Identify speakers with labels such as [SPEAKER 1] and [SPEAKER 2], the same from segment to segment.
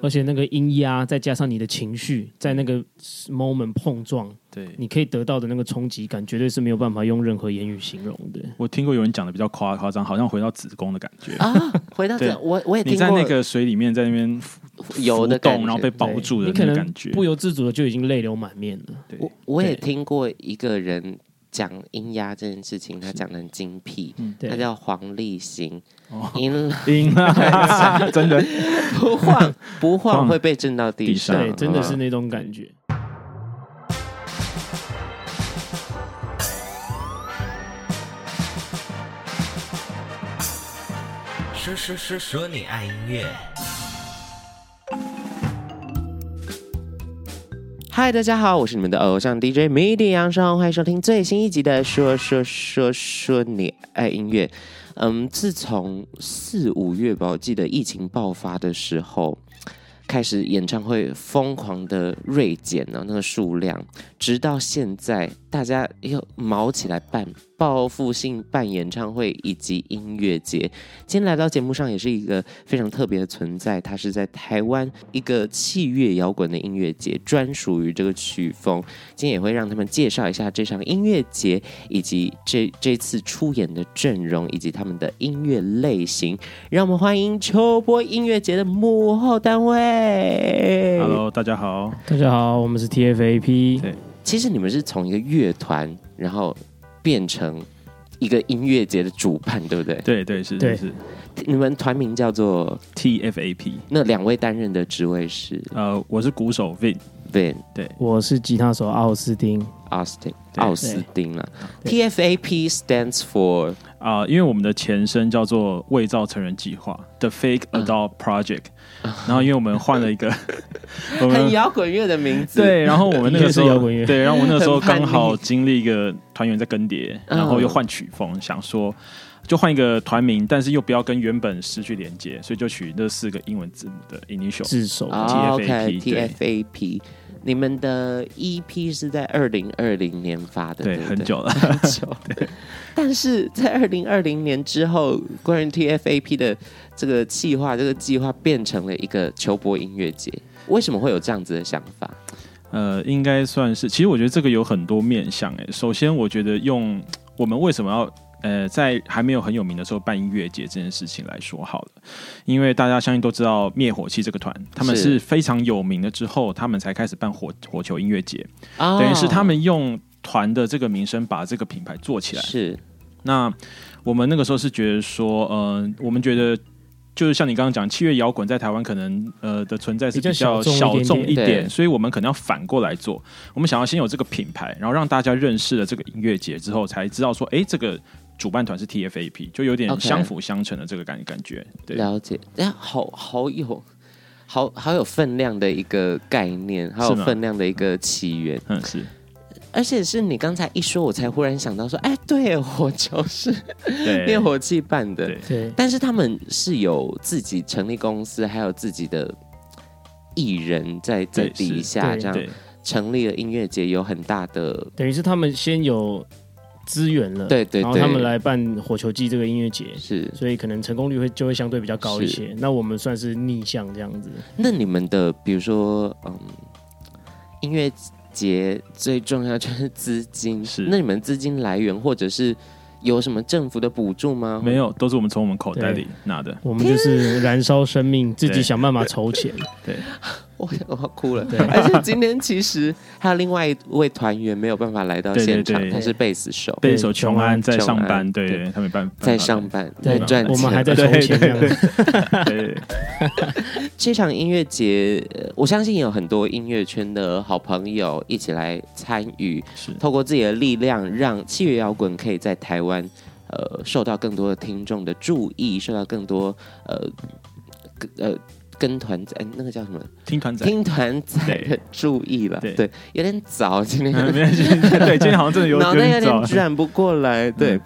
[SPEAKER 1] 而且那个音压再加上你的情绪，在那个 moment 碰撞，
[SPEAKER 2] 对，
[SPEAKER 1] 你可以得到的那个冲击感，绝对是没有办法用任何言语形容的。
[SPEAKER 2] 我听过有人讲的比较夸夸张，好像回到子宫的感觉。
[SPEAKER 3] 啊，回到
[SPEAKER 2] 对
[SPEAKER 3] 这，我我也听
[SPEAKER 2] 你
[SPEAKER 3] 过
[SPEAKER 2] 在那个水里面，在那边浮
[SPEAKER 3] 游的感
[SPEAKER 2] 动，
[SPEAKER 3] 觉，
[SPEAKER 2] 然后被包住
[SPEAKER 1] 对
[SPEAKER 2] 的
[SPEAKER 1] 你可
[SPEAKER 2] 那个
[SPEAKER 1] 能
[SPEAKER 2] 感觉。
[SPEAKER 1] 不由自主的就已经泪流满面了。
[SPEAKER 2] 对
[SPEAKER 3] 我我也
[SPEAKER 1] 对
[SPEAKER 3] 听过一个人讲音压这件事情，他讲的很精辟，
[SPEAKER 1] 对
[SPEAKER 3] 他，叫黄立行
[SPEAKER 2] 哦，
[SPEAKER 3] 音
[SPEAKER 2] 赢了， 真的。
[SPEAKER 3] 不晃不晃
[SPEAKER 2] 晃
[SPEAKER 3] 会被震到地
[SPEAKER 2] 地
[SPEAKER 3] 上，
[SPEAKER 2] 上
[SPEAKER 1] 对，真的
[SPEAKER 3] 好
[SPEAKER 1] 是
[SPEAKER 3] 吧
[SPEAKER 1] 那种感觉。
[SPEAKER 4] 说说说说你爱音乐，
[SPEAKER 3] 嗨，大家好，我是你们的偶像 DJ MIDI 杨尚，欢迎收听最新一集的《说说说说你爱音乐》。嗯，自从四五月吧，我记得疫情爆发的时候，开始演唱会疯狂的锐减了那个数量，直到现在，大家又毛起来办报复性办演唱会以及音乐节。今天来到节目上也是一个非常特别的存在，它是在台湾一个器乐摇滚的音乐节，专属于这个曲风。今天也会让他们介绍一下这场音乐节，以及这这次出演的阵容，以及他们的音乐类型。让我们欢迎秋波音乐节的幕后单位。
[SPEAKER 2] Hello，大家好。
[SPEAKER 1] 大家好，我们是 TFAP。
[SPEAKER 2] 对
[SPEAKER 3] 其实你们是从一个乐团，然后变成一个音乐节的主办，对不对？
[SPEAKER 2] 对对是
[SPEAKER 1] 对
[SPEAKER 2] 是是
[SPEAKER 3] 你们团名叫做
[SPEAKER 2] ，TFAP。
[SPEAKER 3] 那两位担任的职位是
[SPEAKER 2] 呃，我是鼓手 Vin。
[SPEAKER 3] Van
[SPEAKER 1] 我是吉他手奥斯汀，
[SPEAKER 3] Austin
[SPEAKER 2] 对
[SPEAKER 3] 奥斯汀了。
[SPEAKER 1] 对
[SPEAKER 3] TFAP stands for
[SPEAKER 2] 啊、因为我们的前身叫做“伪造成人计划 ”（The Fake Adult Project），、然后因为我们换了一个，我
[SPEAKER 3] 很
[SPEAKER 2] 们
[SPEAKER 3] 摇滚乐的名字。
[SPEAKER 2] 对，然后我们那个
[SPEAKER 1] 的
[SPEAKER 2] 时
[SPEAKER 1] 确是摇
[SPEAKER 2] 候
[SPEAKER 1] 滚乐
[SPEAKER 2] 对，然后我那个时候
[SPEAKER 3] 很叛逆
[SPEAKER 2] 刚好经历一个团员在更迭，然后又换曲风，想说就换一个团名，但是又不要跟原本失去连接，所以就取那四个英文字母的 initial。
[SPEAKER 1] 自首。
[SPEAKER 2] TFAP
[SPEAKER 3] 哦
[SPEAKER 2] 对
[SPEAKER 3] ，OK，TFAP。你们的 EP 是在二零二零年发的，对
[SPEAKER 2] 对，
[SPEAKER 3] 不对，
[SPEAKER 2] 很久了。
[SPEAKER 3] 很久。但是在二零二零年之后，关于 TFAP 的这个计划，这个计划变成了一个球博音乐节。为什么会有这样子的想法？
[SPEAKER 2] 呃，应该算是。其实我觉得这个有很多面向诶。首先，我觉得用我们为什么要呃在还没有很有名的时候办音乐节这件事情来说好了，因为大家相信都知道灭火器这个团，他们
[SPEAKER 3] 是
[SPEAKER 2] 是非常有名了之后，他们才开始办火火球音乐节，
[SPEAKER 3] 啊
[SPEAKER 2] 等于是他们用团的这个名声把这个品牌做起来。
[SPEAKER 3] 是
[SPEAKER 2] 那我们那个时候是觉得说，嗯、我们觉得就是像你刚刚讲，器乐摇滚在台湾可能呃的存在是比较
[SPEAKER 1] 比较小
[SPEAKER 2] 小
[SPEAKER 1] 众
[SPEAKER 2] 众
[SPEAKER 1] 一点点
[SPEAKER 2] 一
[SPEAKER 3] 对
[SPEAKER 2] 点，所以我们可能要反过来做。我们想要先有这个品牌，然后让大家认识了这个音乐节之后，才知道说，哎，这个主办团是 TFAP，就有点
[SPEAKER 3] OK
[SPEAKER 2] 相辅相成的这个感感觉。对，
[SPEAKER 3] 了解，但好好有好好有分量的一个概念，好有
[SPEAKER 2] 是吗
[SPEAKER 3] 分量的一个起源，
[SPEAKER 2] 嗯，是
[SPEAKER 3] 而且是你刚才一说，我才忽然想到说，哎，对我就是
[SPEAKER 2] 对，
[SPEAKER 3] 灭火器办的
[SPEAKER 2] 对，
[SPEAKER 1] 对，
[SPEAKER 3] 但是他们是有自己成立公司，还有自己的艺人在在
[SPEAKER 2] 对是
[SPEAKER 3] 底下
[SPEAKER 1] 对
[SPEAKER 3] 这样
[SPEAKER 2] 对
[SPEAKER 3] 成立了音乐节，有很大的
[SPEAKER 1] 等于是他们先有资源了，
[SPEAKER 3] 对对
[SPEAKER 1] 呃然后他们
[SPEAKER 3] 对
[SPEAKER 1] 来办火球季这个音乐节，
[SPEAKER 3] 是。
[SPEAKER 1] 所以可能成功率会就会相对比较高一些。那我们算是逆向这样子，
[SPEAKER 3] 那你们的比如说，嗯，音乐节最重要就是资金，
[SPEAKER 2] 是
[SPEAKER 3] 那你们资金来源或者是有什么政府的补助吗？
[SPEAKER 2] 没有，都是我们从我们口袋里拿的。
[SPEAKER 1] 我们就是燃烧生命，自己
[SPEAKER 2] 对
[SPEAKER 1] 想办法筹钱。
[SPEAKER 2] 对，
[SPEAKER 3] 我我要哭了。
[SPEAKER 1] 对
[SPEAKER 3] 而且今天其实还有另外一位团员没有办法来到
[SPEAKER 2] 对对
[SPEAKER 3] 现场，
[SPEAKER 2] 对
[SPEAKER 3] 他是贝斯手，
[SPEAKER 2] 贝斯手琼安在
[SPEAKER 3] 琼
[SPEAKER 2] 上
[SPEAKER 3] 安
[SPEAKER 2] 班，对
[SPEAKER 3] 对
[SPEAKER 2] 对，他没办法
[SPEAKER 3] 在上班在
[SPEAKER 1] 对，
[SPEAKER 3] 赚钱。
[SPEAKER 1] 我们还在筹钱这样子。
[SPEAKER 2] 对对
[SPEAKER 3] 这场音乐节，呃我相信有很多音乐圈的好朋友一起来参与，
[SPEAKER 2] 是
[SPEAKER 3] 透过自己的力量，让器乐摇滚可以在台湾，呃，受到更多的听众的注意，受到更多呃，跟呃跟团仔、哎那个叫什么
[SPEAKER 2] 听团仔。
[SPEAKER 3] 听团仔
[SPEAKER 2] 对
[SPEAKER 3] 的注意了，
[SPEAKER 2] 对
[SPEAKER 3] 对，有点早今 天，
[SPEAKER 2] 嗯没关系，对，今天好像真的有
[SPEAKER 3] 脑
[SPEAKER 2] 有
[SPEAKER 3] 袋有
[SPEAKER 2] 点
[SPEAKER 3] 点
[SPEAKER 2] 早，
[SPEAKER 3] 转不过来，对。
[SPEAKER 2] 嗯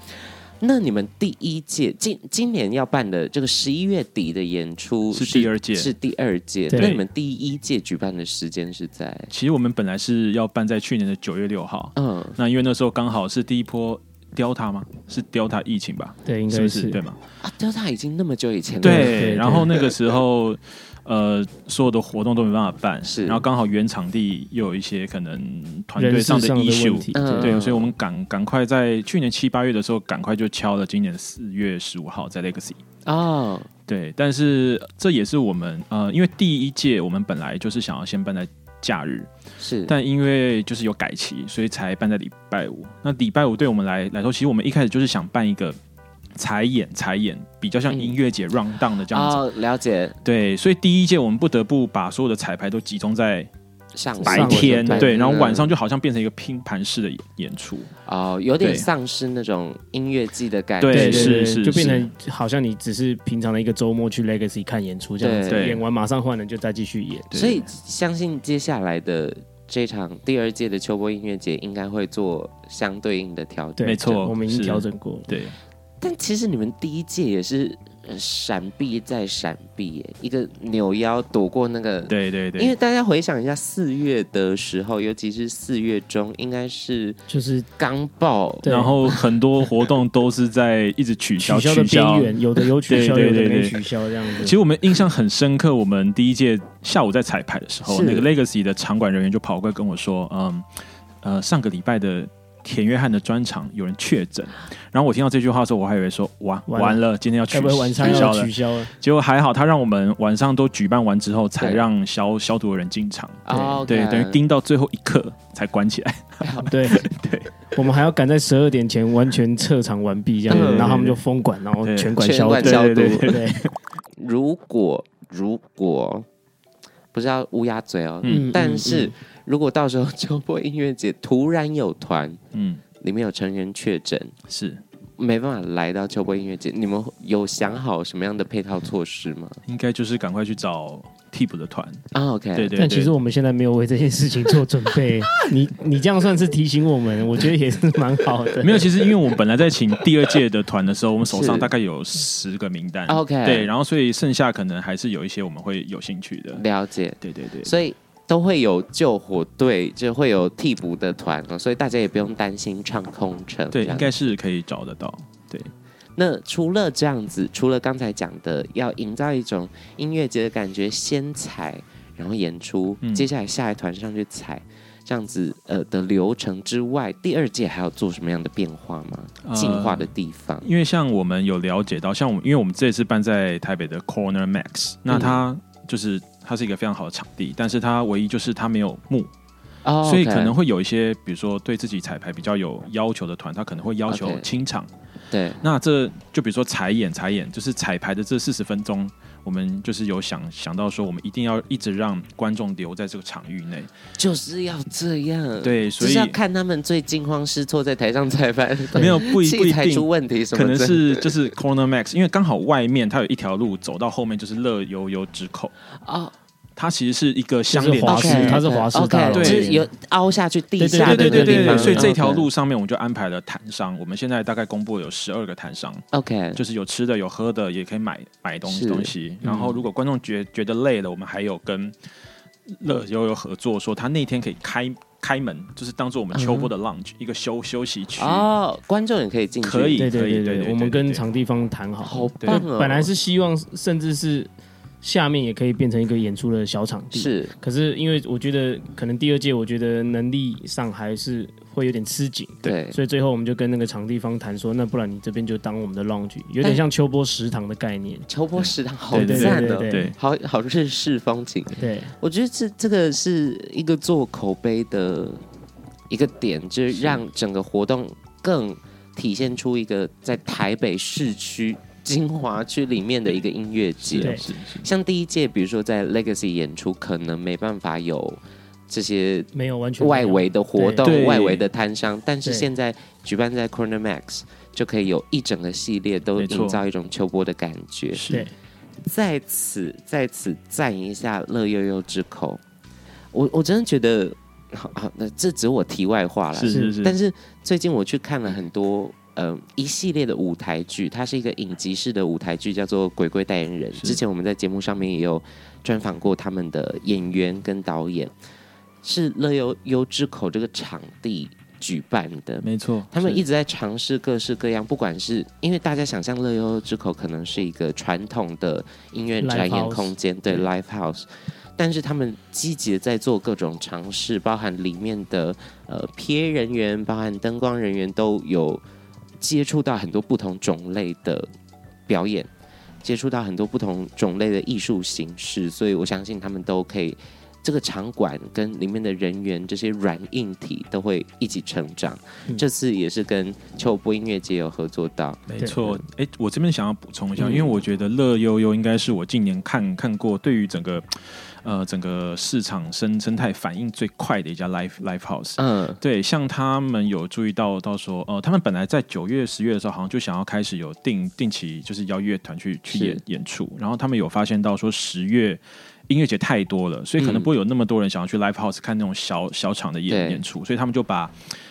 [SPEAKER 3] 那你们第一届今今年要办的这个十一月底的演出
[SPEAKER 2] 是第二届
[SPEAKER 3] 是第二届。
[SPEAKER 1] 对
[SPEAKER 3] 那你们第一届举办的时间是在
[SPEAKER 2] 其实我们本来是要办在去年的九月六号，
[SPEAKER 3] 嗯，
[SPEAKER 2] 那因为那时候刚好是第一波 Delta 吗？是 Delta 疫情吧？
[SPEAKER 1] 对，应
[SPEAKER 2] 是
[SPEAKER 1] 该
[SPEAKER 2] 不是对吗？
[SPEAKER 3] 啊，Delta 已经那么久以前了，
[SPEAKER 2] 对，
[SPEAKER 1] 对
[SPEAKER 2] 然后那个时候，呃所有的活动都没办法办，
[SPEAKER 3] 是
[SPEAKER 2] 然后刚好原场地又有一些可能团
[SPEAKER 1] 人
[SPEAKER 2] 队
[SPEAKER 1] 事上
[SPEAKER 2] 上
[SPEAKER 1] 的
[SPEAKER 2] 的
[SPEAKER 1] 问
[SPEAKER 2] issue，
[SPEAKER 1] 题，
[SPEAKER 3] 嗯
[SPEAKER 1] 对
[SPEAKER 2] 对，所以我们赶赶快在去年七八月的时候，赶快就敲了今年四月十五号在 Legacy。
[SPEAKER 3] 哦，
[SPEAKER 2] 对，但是这也是我们呃，因为第一届我们本来就是想要先办在假日，
[SPEAKER 3] 是，
[SPEAKER 2] 但因为就是有改期，所以才办在礼拜五。那礼拜五对我们来来说，其实我们一开始就是想办一个彩演彩演，比较像
[SPEAKER 3] 嗯
[SPEAKER 2] 音乐节 round down 的这样子。
[SPEAKER 3] 哦，了解，
[SPEAKER 2] 对，所以第一届我们不得不把所有的彩排都集中在
[SPEAKER 3] 上
[SPEAKER 1] 白
[SPEAKER 2] 白
[SPEAKER 3] 上
[SPEAKER 2] 天，
[SPEAKER 3] 我就
[SPEAKER 2] 对，然后晚上
[SPEAKER 3] 嗯
[SPEAKER 2] 就好像变成一个拼盘式的演出。
[SPEAKER 3] 哦，有点
[SPEAKER 2] 对
[SPEAKER 3] 丧失那种音乐季的感觉，
[SPEAKER 1] 对
[SPEAKER 2] 对
[SPEAKER 1] 对
[SPEAKER 2] 是
[SPEAKER 1] 对
[SPEAKER 2] 是
[SPEAKER 1] 就变
[SPEAKER 2] 是
[SPEAKER 1] 成好像你只是平常的一个周末去 Legacy 看演出这样子，
[SPEAKER 2] 对
[SPEAKER 1] 演完马上换人就再继续演。
[SPEAKER 2] 对
[SPEAKER 3] 所以相信接下来的这场第二届的秋波音乐节应该会做相对应的调整。
[SPEAKER 1] 对，
[SPEAKER 2] 没错
[SPEAKER 1] 我们已经
[SPEAKER 2] 是
[SPEAKER 1] 调整过了。
[SPEAKER 2] 对，
[SPEAKER 3] 但其实你们第一届也是呃闪避再闪避耶，一个扭腰躲过那个。
[SPEAKER 2] 对对对，
[SPEAKER 3] 因为大家回想一下，四月的时候，尤其是四月中，应该是
[SPEAKER 1] 就是
[SPEAKER 3] 刚爆，
[SPEAKER 1] 对
[SPEAKER 2] 然后很多活动都是在一直
[SPEAKER 1] 取
[SPEAKER 2] 取消
[SPEAKER 1] 消的
[SPEAKER 2] 取消
[SPEAKER 1] 边。缘，有的有取消，
[SPEAKER 2] 对
[SPEAKER 1] 有
[SPEAKER 2] 对
[SPEAKER 1] 的没
[SPEAKER 2] 对对
[SPEAKER 1] 取消这样子。
[SPEAKER 2] 其实我们印象很深刻，我们第一届下午在彩排的时候，
[SPEAKER 3] 是
[SPEAKER 2] 那个 Legacy 的场馆人员就跑过来跟我说：“嗯，呃，上个礼拜的田约翰的专场有人确诊。”然后我听到这句话的时候，我还以为说：“哇，
[SPEAKER 1] 完
[SPEAKER 2] 完
[SPEAKER 1] 了
[SPEAKER 2] 了，今天要取
[SPEAKER 1] 该不会晚上
[SPEAKER 2] 取消
[SPEAKER 1] 要
[SPEAKER 2] 了
[SPEAKER 1] 取。消了？”
[SPEAKER 2] 结果还好，他让我们晚上都举办完之后，才
[SPEAKER 3] 对
[SPEAKER 2] 让消消毒的人进场。
[SPEAKER 3] 哦，
[SPEAKER 2] 对，
[SPEAKER 3] OK
[SPEAKER 2] 等于盯到最后一刻才关起来。
[SPEAKER 1] 对
[SPEAKER 2] 对，
[SPEAKER 1] 我们还要赶在十二点前完全撤场完毕这样子，
[SPEAKER 3] 嗯
[SPEAKER 1] 然后他们就封馆，然后
[SPEAKER 2] 对
[SPEAKER 1] 全馆
[SPEAKER 3] 全
[SPEAKER 1] 消
[SPEAKER 3] 馆
[SPEAKER 1] 毒。
[SPEAKER 3] 消毒
[SPEAKER 2] 对对
[SPEAKER 1] 对，
[SPEAKER 3] 如果如果不是要乌鸦嘴哦，
[SPEAKER 2] 嗯
[SPEAKER 3] 但
[SPEAKER 1] 嗯
[SPEAKER 3] 是、
[SPEAKER 1] 嗯
[SPEAKER 3] 如果到时候秋波音乐节突然有团
[SPEAKER 2] 嗯，
[SPEAKER 3] 里面有成员确诊，
[SPEAKER 2] 是。
[SPEAKER 3] 没办法来到秋波音乐节，你们有想好什么样的配套措施吗？
[SPEAKER 2] 应该就是赶快去找替补的团。
[SPEAKER 3] 啊，OK、o k
[SPEAKER 2] 对对对，
[SPEAKER 1] 但其实我们现在没有为这件事情做准备。 你你这样算是提醒我们，我觉得也是蛮好的。
[SPEAKER 2] 没有，其实因为我们本来在请第二届的团的时候，我们手上
[SPEAKER 3] 是
[SPEAKER 2] 大概有十个名 单。
[SPEAKER 3] 啊 OK
[SPEAKER 2] 对，然后所以剩下可能还是有一些我们会有兴趣的。
[SPEAKER 3] 了解，
[SPEAKER 2] 对对对，
[SPEAKER 3] 所以都会有救火队，就会有替补的团哦，所以大家也不用担心唱空城。
[SPEAKER 2] 对，
[SPEAKER 3] 这样
[SPEAKER 2] 应该是可以找得到。
[SPEAKER 3] 那除了这样子，除了刚才讲的要营造一种音乐节的感觉，先踩，然后演出，
[SPEAKER 2] 嗯
[SPEAKER 3] 接下来下一团上去踩，这样子呃的流程之外，第二届还要做什么样的变化吗？
[SPEAKER 2] 呃
[SPEAKER 3] 进化的地方，
[SPEAKER 2] 因为像我们有了解到，像我们，因为我们这次办在台北的 Corner
[SPEAKER 3] 嗯
[SPEAKER 2] Max，那它就是它是一个非常好的场地，但是它唯一就是它没有幕，
[SPEAKER 3] 哦
[SPEAKER 2] 所以可能
[SPEAKER 3] 会
[SPEAKER 2] 会有一些，比如说对自己彩排比较有要求的团，他可能会要求
[SPEAKER 3] OK
[SPEAKER 2] 清场。
[SPEAKER 3] 对
[SPEAKER 2] 那这就比如说彩演，彩演就是彩排的这四十分钟，我们就是有想想到说，我们一定要一直让观众留在这个场域内。
[SPEAKER 3] 就是要这样，，
[SPEAKER 2] 对，所
[SPEAKER 3] 就是
[SPEAKER 2] 以
[SPEAKER 3] 要看他们最惊慌失措在台上彩排，
[SPEAKER 2] 没有不一不
[SPEAKER 3] 器
[SPEAKER 2] 一
[SPEAKER 3] 材出
[SPEAKER 2] 定，
[SPEAKER 3] 问题什么
[SPEAKER 2] 可
[SPEAKER 3] 之
[SPEAKER 2] 能
[SPEAKER 3] 类的，
[SPEAKER 2] 是就是 Corner Max，因为刚好外面它有一条路走到后面就是乐悠悠之口，
[SPEAKER 3] 哦，
[SPEAKER 2] 它其实是一个相
[SPEAKER 1] 就是
[SPEAKER 2] 连
[SPEAKER 1] 华
[SPEAKER 2] 的
[SPEAKER 1] 视
[SPEAKER 2] 区域。
[SPEAKER 1] 它是华视
[SPEAKER 3] o
[SPEAKER 1] 大
[SPEAKER 3] k
[SPEAKER 1] 楼
[SPEAKER 3] 就是有凹下去地
[SPEAKER 1] 对
[SPEAKER 3] 下
[SPEAKER 2] 对
[SPEAKER 3] 的
[SPEAKER 2] 对对
[SPEAKER 3] 那个
[SPEAKER 2] 对
[SPEAKER 3] 地
[SPEAKER 2] 对，
[SPEAKER 3] 方，嗯
[SPEAKER 2] 所以这条路上面我们就安排了摊商，我们现在大概公布了有十二个摊商，
[SPEAKER 3] 嗯 OK，
[SPEAKER 2] 就是有吃的有喝的，也可以买买东西
[SPEAKER 3] 是嗯
[SPEAKER 2] 东西。然后如果观众觉觉得累了，我们还有跟乐悠悠合作，说他那天可以开开门，就是当做我们秋波的 lounge、一个休休息区。
[SPEAKER 3] 嗯哦，观众也可以进去，
[SPEAKER 2] 可以
[SPEAKER 1] 对
[SPEAKER 2] 可
[SPEAKER 1] 对
[SPEAKER 2] 以对对
[SPEAKER 1] 我们跟
[SPEAKER 2] 对
[SPEAKER 1] 场地方谈好，
[SPEAKER 3] 好棒哦！
[SPEAKER 1] 本来是希望甚至是下面也可以变成一个演出的小场地。
[SPEAKER 3] 是
[SPEAKER 1] 可是因为我觉得可能第二届，我觉得能力上还是会有点吃紧，
[SPEAKER 3] 对
[SPEAKER 1] 所以最后我们就跟那个场地方谈说，那不然你这边就当我们的 lounge，有点像秋波食堂的概念。
[SPEAKER 3] 秋波食堂好
[SPEAKER 2] 对对
[SPEAKER 3] 赞
[SPEAKER 2] 对
[SPEAKER 1] 对
[SPEAKER 3] 的，
[SPEAKER 1] 对
[SPEAKER 2] 对
[SPEAKER 3] 好好日式风情。
[SPEAKER 1] 对，
[SPEAKER 3] 我觉得这这个是一个做口碑的一个点，就是让整个活动更体现出一个在台北市区精华区里面的一个音乐节。
[SPEAKER 1] 对
[SPEAKER 2] 是是
[SPEAKER 3] 像第一届，比如说在 Legacy 演出，可能没办法有这些
[SPEAKER 1] 没有完全没有
[SPEAKER 3] 外围的活
[SPEAKER 2] 对
[SPEAKER 3] 动、
[SPEAKER 2] 对
[SPEAKER 3] 外围的摊商，但是
[SPEAKER 1] 对
[SPEAKER 3] 现在举办在 Corner Max 就可以有一整个系列都
[SPEAKER 2] 没错
[SPEAKER 3] 营造一种秋波的感觉。
[SPEAKER 1] 对
[SPEAKER 2] 是，
[SPEAKER 3] 在此在此赞一下乐悠悠之口，我我真的觉得，好，好那这只是我题外话了。
[SPEAKER 2] 是是是，
[SPEAKER 3] 但是最近我去看了很多。呃，一系列的舞台剧，它是一个影集式的舞台剧，叫做《鬼鬼代言人》。
[SPEAKER 2] 是
[SPEAKER 3] 之前我们在节目上面也有专访过他们的演员跟导演，是乐悠悠之口这个场地举办的。
[SPEAKER 2] 没错，
[SPEAKER 3] 他
[SPEAKER 2] 嗯
[SPEAKER 3] 们
[SPEAKER 2] 是
[SPEAKER 3] 一直在尝试各式各样，不管是因为大家想象乐悠悠之口可能是一个传统的音乐
[SPEAKER 1] Live
[SPEAKER 3] 展演
[SPEAKER 1] house
[SPEAKER 3] 空间，对 live house，但是他们积极的在做各种尝试，包含里面的呃 PA 人员，包含灯光人员都有接触到很多不同种类的表演，接触到很多不同种类的艺术形式，所以我相信他们都可以。这个场馆跟里面的人员，这些软硬体都会一起成长。
[SPEAKER 1] 嗯
[SPEAKER 3] 这次也是跟秋波音乐节有合作到，
[SPEAKER 2] 没错，哎、我这边想要补充一下，
[SPEAKER 3] 嗯
[SPEAKER 2] 因为我觉得乐悠悠应该是我近年看看过对于整个呃整个市场生生态反应最快的一家 live live house。
[SPEAKER 3] 嗯，
[SPEAKER 2] 对，像他们有注意到到说，呃，他们本来在九月、十月的时候，好像就想要开始有定定期，就是邀乐团去去
[SPEAKER 3] 是
[SPEAKER 2] 演演出，然后他们有发现到说十月。音乐节太多了，所以可能
[SPEAKER 3] 嗯
[SPEAKER 2] 不会有那么多人想要去 live house 看那种小小场的演
[SPEAKER 3] 对
[SPEAKER 2] 演出，所以他们就把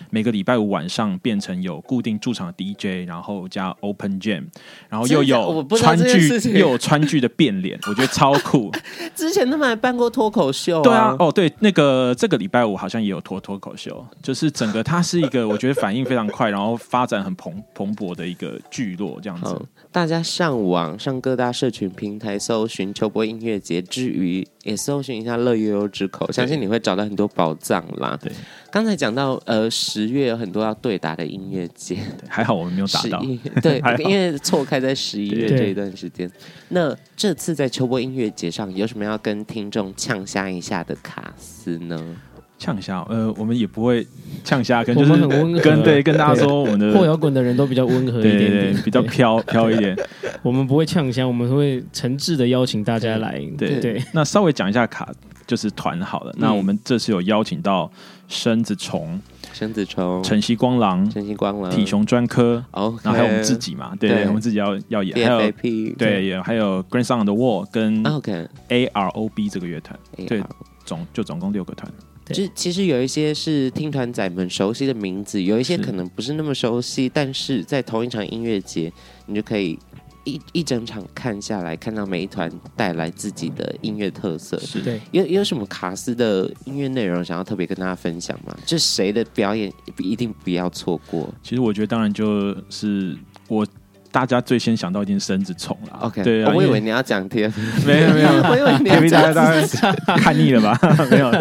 [SPEAKER 2] 每个礼拜五晚上变成有固定驻场的 DJ，然后加 open jam，然后又
[SPEAKER 3] 真的假的我
[SPEAKER 2] 有
[SPEAKER 3] 不知道
[SPEAKER 2] 川
[SPEAKER 3] 这件
[SPEAKER 2] 剧
[SPEAKER 3] 事，情
[SPEAKER 2] 又有川剧的变脸，我觉得超酷。
[SPEAKER 3] 之前他们还办过脱口秀、
[SPEAKER 2] 对啊，，哦对，那个这个礼拜五好像也有脱脱口秀，就是整个它是一个我觉得反应非常快，然后发展很蓬蓬勃的一个聚落这样子
[SPEAKER 3] 好。，大家上网上各大社群平台搜寻秋波音乐节之余，也搜寻一下乐悠悠之口，相信你会找到很多宝藏啦。
[SPEAKER 2] 对，
[SPEAKER 3] 刚才讲到呃十月有很多要对答的音乐节，
[SPEAKER 2] 对还 好我们没有打
[SPEAKER 3] 十
[SPEAKER 2] 到。
[SPEAKER 3] 一 对
[SPEAKER 2] 还好，
[SPEAKER 3] 因为错开在十一月
[SPEAKER 1] 对
[SPEAKER 3] 这一段时间。那这次在秋波音乐节上有什么要跟听众呛虾一下的卡斯呢？
[SPEAKER 2] 呛虾，呃，我们也不会呛虾，跟
[SPEAKER 1] 我
[SPEAKER 2] 就
[SPEAKER 1] 们
[SPEAKER 2] 是
[SPEAKER 1] 很温和
[SPEAKER 2] 跟对跟大家
[SPEAKER 1] 对
[SPEAKER 2] 说我们
[SPEAKER 1] 后
[SPEAKER 2] 的
[SPEAKER 1] 摇滚的人都比较温和一
[SPEAKER 2] 对对
[SPEAKER 1] 点
[SPEAKER 2] 对
[SPEAKER 1] 点，
[SPEAKER 2] 比较
[SPEAKER 1] 对
[SPEAKER 2] 飘飘一 点。
[SPEAKER 1] 我们不会呛香，我们会诚挚的邀请大家来。
[SPEAKER 2] 对
[SPEAKER 1] 对，
[SPEAKER 2] 那稍微讲一下卡就是团好了，那我们这次有邀请到身子虫、
[SPEAKER 3] 生子虫、
[SPEAKER 2] 晨曦光狼、
[SPEAKER 3] 陈星光了，
[SPEAKER 2] 体雄专科，
[SPEAKER 3] 哦，
[SPEAKER 2] 然后还有我们自己嘛，对对，
[SPEAKER 3] 对
[SPEAKER 2] 我们自己要要演，还有
[SPEAKER 3] DFAP
[SPEAKER 2] 对，也还有 Grand Sound 的 Wall 跟
[SPEAKER 3] 啊，OK，
[SPEAKER 2] A R O B 这个乐团，
[SPEAKER 3] 哎
[SPEAKER 2] 对
[SPEAKER 3] 好
[SPEAKER 2] 总就总共六个团。
[SPEAKER 1] 对
[SPEAKER 3] 就其实有一些是听团仔们熟悉的名字，有一些
[SPEAKER 2] 是
[SPEAKER 3] 可能不是那么熟悉，但是在同一场音乐节，你就可以一一整场看下来，看到每一团带来自己的音乐特色。
[SPEAKER 2] 是
[SPEAKER 1] 对
[SPEAKER 3] 有有什么卡斯的音乐内容想要特别跟大家分享吗？就谁的表演一定不要错过。
[SPEAKER 2] 其实我觉得当然就是我大家最先想到一定是生子虫了。
[SPEAKER 3] OK，
[SPEAKER 2] 对啊，
[SPEAKER 3] 哦我以
[SPEAKER 2] 因
[SPEAKER 3] 为你要讲 TF，
[SPEAKER 2] 没 有没有。
[SPEAKER 3] 我以为你要
[SPEAKER 2] K 大家
[SPEAKER 3] 讲。
[SPEAKER 2] 大家看腻 了吧？没有，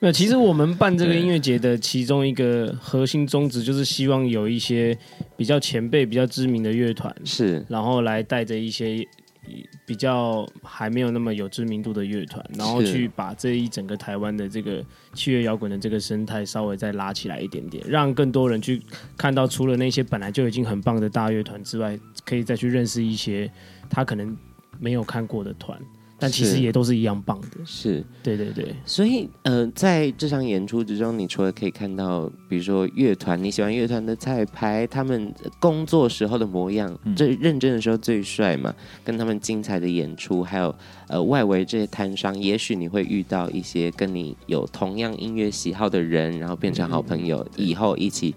[SPEAKER 1] 那其实我们办这个
[SPEAKER 2] 对
[SPEAKER 1] 音乐节的其中一个核心宗旨，就是希望有一些比较前辈、比较知名的乐团，
[SPEAKER 3] 是
[SPEAKER 1] 然后来带着一些比较还没有那么有知名度的乐团，然后
[SPEAKER 3] 是
[SPEAKER 1] 去把这一整个台湾的这个器乐摇滚的这个生态稍微再拉起来一点点，让更多人去看到除了那些本来就已经很棒的大乐团之外，可以再去认识一些他可能没有看过的团，但其实
[SPEAKER 3] 是
[SPEAKER 1] 也都是一样棒的。
[SPEAKER 3] 是，
[SPEAKER 1] 对对对，
[SPEAKER 3] 所以，呃，在这场演出之中，你除了可以看到，比如说乐团，你喜欢乐团的彩排，他们工作时候的模样，
[SPEAKER 2] 嗯
[SPEAKER 3] 最认真的时候最帅嘛，跟他们精彩的演出，还有呃外围这些摊商，也许你会遇到一些跟你有同样音乐喜好的人，然后变成好朋
[SPEAKER 2] 嗯
[SPEAKER 3] 友，以后一起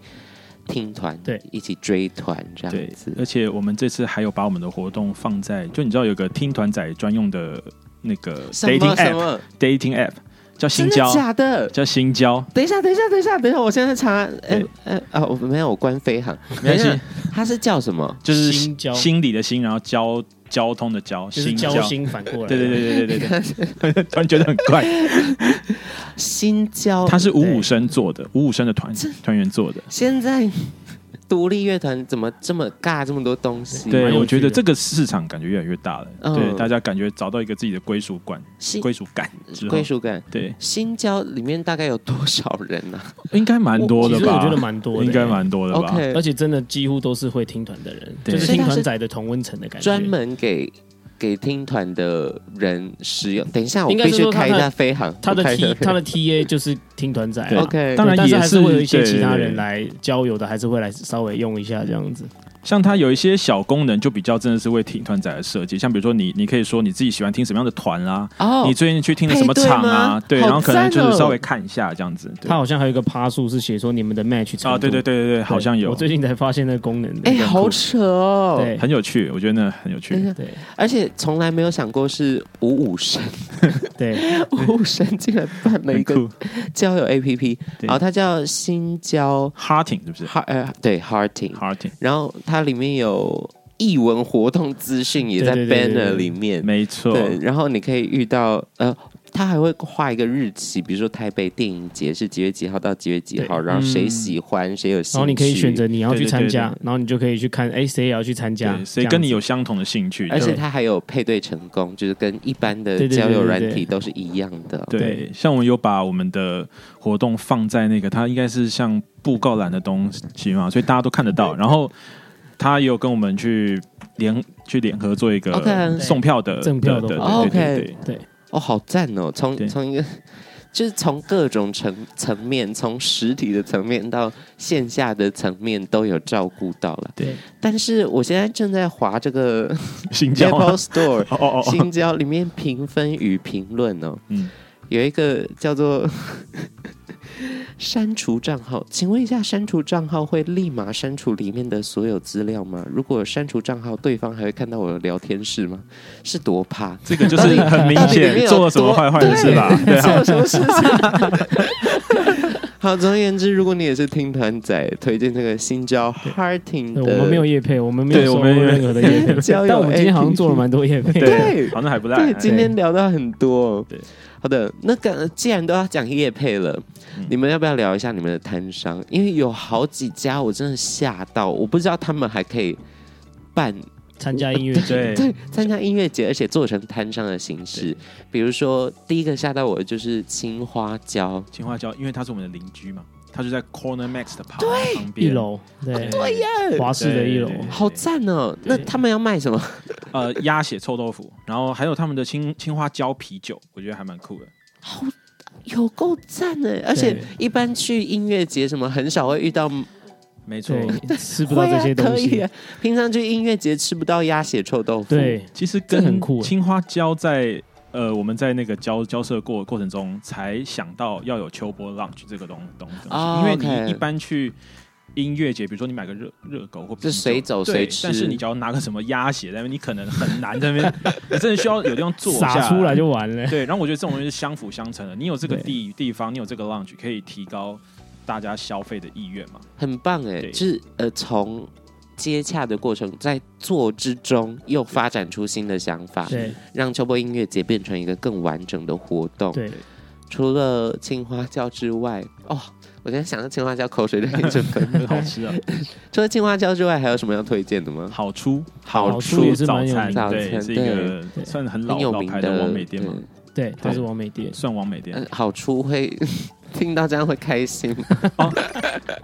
[SPEAKER 3] 听团，
[SPEAKER 1] 对，
[SPEAKER 3] 一起追团这样
[SPEAKER 2] 对
[SPEAKER 3] 子，，
[SPEAKER 2] 而且我们这次还有把我们的活动放在，就你知道有个听团仔专用的那个
[SPEAKER 3] 什么
[SPEAKER 2] dating
[SPEAKER 3] 什
[SPEAKER 2] app，dating
[SPEAKER 3] 么，
[SPEAKER 2] app 叫
[SPEAKER 3] 真
[SPEAKER 2] 新
[SPEAKER 3] 的
[SPEAKER 2] 交，
[SPEAKER 3] 假的？
[SPEAKER 2] 叫新交，
[SPEAKER 3] 等一下，等一下，等一下，等一下，我现在查，哎
[SPEAKER 2] 对
[SPEAKER 3] 哎啊，我没有，我关飞航，
[SPEAKER 2] 没关系
[SPEAKER 3] 等一下，它是叫什么？
[SPEAKER 2] 就是
[SPEAKER 1] 心交
[SPEAKER 2] 心理的心，然后交交通的交，
[SPEAKER 1] 就是
[SPEAKER 2] 心
[SPEAKER 1] 交心反过来。
[SPEAKER 2] 对对对对对对 对，突然觉得很怪。
[SPEAKER 3] 新
[SPEAKER 1] 哦
[SPEAKER 3] 交，
[SPEAKER 2] 他是五五
[SPEAKER 3] 对。
[SPEAKER 2] 声做的，五五声的团团员做的。
[SPEAKER 3] 现在独立乐团怎么这么尬这么多东西？
[SPEAKER 1] 蛮有
[SPEAKER 2] 对，
[SPEAKER 1] 趣的
[SPEAKER 2] 我觉得这个市场感觉越来越大了。
[SPEAKER 3] 嗯
[SPEAKER 2] 对，大家感觉找到一个自己的归属感，
[SPEAKER 1] 嗯
[SPEAKER 3] 新
[SPEAKER 2] 归属感之后
[SPEAKER 3] 归，属感。
[SPEAKER 2] 对，
[SPEAKER 3] 新交里面大概有多少人呢、啊
[SPEAKER 2] 应该蛮多
[SPEAKER 1] 其
[SPEAKER 2] 的
[SPEAKER 1] 实我
[SPEAKER 2] 吧？
[SPEAKER 1] 觉得蛮多的，
[SPEAKER 2] 应该。蛮多的吧？
[SPEAKER 1] 而
[SPEAKER 3] OK，
[SPEAKER 1] 且真的几乎都是会听团的人，
[SPEAKER 2] 对
[SPEAKER 1] 就是
[SPEAKER 3] 所以
[SPEAKER 1] 听
[SPEAKER 3] 他是
[SPEAKER 1] 团仔的同温层的感觉。
[SPEAKER 3] 专门给给听团的人使用。等一下，我
[SPEAKER 1] 应该
[SPEAKER 3] 必
[SPEAKER 1] 是
[SPEAKER 3] 须
[SPEAKER 1] 说
[SPEAKER 3] 开一
[SPEAKER 1] 他
[SPEAKER 3] 下
[SPEAKER 1] 的
[SPEAKER 3] 飞航，
[SPEAKER 1] 他的
[SPEAKER 3] 我开一
[SPEAKER 1] T
[SPEAKER 3] 下
[SPEAKER 1] 他的 TA 就是听团仔啊
[SPEAKER 2] 对
[SPEAKER 3] OK，
[SPEAKER 2] 当然
[SPEAKER 1] 但是
[SPEAKER 2] 也
[SPEAKER 1] 还是会有一些
[SPEAKER 2] 对
[SPEAKER 1] 其他
[SPEAKER 2] 对对
[SPEAKER 1] 人来交友的，还是会来稍微用一下这样子。
[SPEAKER 2] 像它有一些小功能，就比较真的是为听团仔而设计。像比如说你，你可以说你自己喜欢听什么样的团啦、
[SPEAKER 3] 哦
[SPEAKER 2] 你最近去听了什么场啊？
[SPEAKER 3] 配对
[SPEAKER 2] 对，
[SPEAKER 3] 吗
[SPEAKER 2] 然后可能就
[SPEAKER 3] 好赞
[SPEAKER 2] 是
[SPEAKER 3] 哦
[SPEAKER 2] 稍微看一下这样子。对
[SPEAKER 1] 它好像还有一个趴数是写说你们的 match 程度
[SPEAKER 2] 啊，对对对对对，好像有
[SPEAKER 1] 我，最近才发现那个功能的。
[SPEAKER 3] 哎、
[SPEAKER 1] 对
[SPEAKER 3] 好扯哦！
[SPEAKER 1] 对
[SPEAKER 2] 很有趣，我觉得那很有
[SPEAKER 3] 真
[SPEAKER 2] 趣
[SPEAKER 3] 的。
[SPEAKER 1] 对
[SPEAKER 3] 而且从来没有想过是五五神，
[SPEAKER 1] 对，
[SPEAKER 3] 五五神竟然办了一
[SPEAKER 2] 很
[SPEAKER 3] 个
[SPEAKER 2] 酷
[SPEAKER 3] 交友 APP，
[SPEAKER 2] 对
[SPEAKER 3] 然后它叫新交
[SPEAKER 2] ，Harting 是不是
[SPEAKER 3] Heart，呃，对 Hearting，
[SPEAKER 2] ？Harting，
[SPEAKER 3] 然后它里面有艺文活动资讯也在
[SPEAKER 1] 对对对对
[SPEAKER 3] banner
[SPEAKER 1] 对
[SPEAKER 3] 里面，
[SPEAKER 2] 没错，
[SPEAKER 3] 对，然后你可以遇到呃，他还会画一个日期，比如说台北电影节是几月几号到几月几号，然后谁喜欢、谁有兴
[SPEAKER 1] 嗯
[SPEAKER 3] 趣，
[SPEAKER 1] 然后你可以选择，你要去参加
[SPEAKER 2] 对对，
[SPEAKER 1] 然后你就可以去看，哎，谁也要去参加
[SPEAKER 2] 对，，谁跟你
[SPEAKER 1] 这样
[SPEAKER 2] 有相同的兴趣？
[SPEAKER 3] 而且
[SPEAKER 2] 对
[SPEAKER 3] 他还有配对成功，就是跟一般的
[SPEAKER 1] 对对对
[SPEAKER 3] 交友软
[SPEAKER 1] 对对
[SPEAKER 3] 体都是一样的。
[SPEAKER 2] 对，像我们有把我们的活动放在那个，它应该是像布告栏的东西嘛，所以大家都看得到。然后他也有跟我们去联去联合做一个
[SPEAKER 3] OK
[SPEAKER 2] 送票的
[SPEAKER 1] 赠票的
[SPEAKER 2] 的
[SPEAKER 1] 活
[SPEAKER 2] 对
[SPEAKER 3] 动
[SPEAKER 2] 对
[SPEAKER 3] OK
[SPEAKER 2] 对对
[SPEAKER 1] 子对
[SPEAKER 3] 哦，好赞哦！从
[SPEAKER 2] 对
[SPEAKER 3] 从一个。就是从各种层层面，从实体的层面到线下的层面都有照顾到了。
[SPEAKER 1] 对，
[SPEAKER 3] 但是我现在正在划这 个
[SPEAKER 2] 对，新疆
[SPEAKER 3] Apple
[SPEAKER 2] 哦
[SPEAKER 3] Store，
[SPEAKER 2] 哦哦 哦，
[SPEAKER 3] 新交里面评分与评论哦，
[SPEAKER 2] 嗯，
[SPEAKER 3] 有一个叫做 删除账号，请问一下，删除账号会立马删除里面的所有资料吗？如果删除账号，对方还会看到我的聊天室吗？是多怕，
[SPEAKER 2] 这个就
[SPEAKER 3] 到底
[SPEAKER 2] 是很明
[SPEAKER 3] 到底里面
[SPEAKER 2] 显
[SPEAKER 3] 有
[SPEAKER 2] 做了什么
[SPEAKER 3] 多
[SPEAKER 2] 坏坏的事吧？对
[SPEAKER 3] 对做
[SPEAKER 2] 啊
[SPEAKER 3] 了，什么事情？ 好，总而言之，如果你也是听团仔，推荐这个新交 Hearting
[SPEAKER 1] 对
[SPEAKER 3] 的，
[SPEAKER 1] 我们没有业配，我们没
[SPEAKER 2] 对
[SPEAKER 1] 有收
[SPEAKER 2] 我
[SPEAKER 1] 入
[SPEAKER 2] 们没有
[SPEAKER 1] 任何的业配
[SPEAKER 3] 交友，
[SPEAKER 1] 但我们今天好像做了蛮多业配的，
[SPEAKER 3] 对
[SPEAKER 2] 好像还不赖
[SPEAKER 3] 对，
[SPEAKER 2] 哎。
[SPEAKER 3] 今天聊到很多。
[SPEAKER 2] 对，
[SPEAKER 3] 好的，那个既然都要讲叶配了，
[SPEAKER 2] 嗯
[SPEAKER 3] 你们要不要聊一下你们的摊商？因为有好几家我真的吓到，我不知道他们还可以办
[SPEAKER 1] 参加音乐节，
[SPEAKER 2] 对
[SPEAKER 3] 对参加音乐节，而且做成摊商的形式。比如说，第一个吓到我的就是青花椒，
[SPEAKER 2] 青花椒，因为他是我们的邻居嘛，他就在 Corner Max 的旁旁边
[SPEAKER 1] 一，楼，对，
[SPEAKER 2] 对耶，
[SPEAKER 1] 华氏的一楼
[SPEAKER 2] 对，对对
[SPEAKER 3] 好赞哦！那
[SPEAKER 2] 对
[SPEAKER 3] 他们要卖什么？
[SPEAKER 2] 呃，鸭血臭豆腐，然后还有他们的青青花椒啤酒，我觉得还蛮酷的。
[SPEAKER 3] 有够赞哎！而且一般去音乐节什么，很少会遇到
[SPEAKER 2] 没错，
[SPEAKER 1] 对，吃不到这些东
[SPEAKER 3] 会啊可以
[SPEAKER 1] 西
[SPEAKER 3] 啊，平常去音乐节吃不到鸭血臭豆腐，
[SPEAKER 1] 对，
[SPEAKER 2] 其实
[SPEAKER 1] 这很
[SPEAKER 2] 跟
[SPEAKER 1] 酷欸
[SPEAKER 2] 青花椒在呃，我们在那个交交涉过过程中才想到要有秋波 lunch 这个东东东西，
[SPEAKER 3] 哦
[SPEAKER 2] 因为
[SPEAKER 3] OK
[SPEAKER 2] 你一般去。音乐节，比如说你买个热热狗或啤酒
[SPEAKER 3] 就随走
[SPEAKER 2] 对
[SPEAKER 3] 随吃
[SPEAKER 2] 但是你只要拿个什么鸭血在那边，你可能很难在那 边，你真的需要有地方坐下
[SPEAKER 1] 撒出来就完了。
[SPEAKER 2] 对。然后我觉得这种东西是相辅相成的，你有这个
[SPEAKER 1] 对
[SPEAKER 2] 地地方，你有这个 lunch，可以提高大家消费的意愿嘛？
[SPEAKER 3] 很棒哎，
[SPEAKER 2] 对
[SPEAKER 3] 就是呃，从接洽的过程，在做之中又发展出新的想法，
[SPEAKER 1] 对
[SPEAKER 3] 让秋波音乐节变成一个更完整的活动。
[SPEAKER 1] 对，
[SPEAKER 3] 除了青花椒之外，哦，我现在想到青花椒，口水都一直喷。
[SPEAKER 2] 很好吃啊，
[SPEAKER 3] 除了青花椒之外，还有什么要推荐的吗？
[SPEAKER 2] 好出
[SPEAKER 1] 好
[SPEAKER 3] 处
[SPEAKER 1] 处也是
[SPEAKER 2] 早
[SPEAKER 1] 蛮有
[SPEAKER 2] 餐
[SPEAKER 1] 名的，
[SPEAKER 3] 早
[SPEAKER 2] 对，
[SPEAKER 3] 餐
[SPEAKER 2] 是一
[SPEAKER 3] 对
[SPEAKER 2] 个算很
[SPEAKER 3] 很
[SPEAKER 2] 老
[SPEAKER 3] 有
[SPEAKER 2] 老
[SPEAKER 3] 名
[SPEAKER 2] 牌
[SPEAKER 3] 的
[SPEAKER 2] 的网美店嘛，
[SPEAKER 1] 对，它是完美店，
[SPEAKER 2] 算网美店
[SPEAKER 3] 嗯，。好处会 听到这样会开心 吗，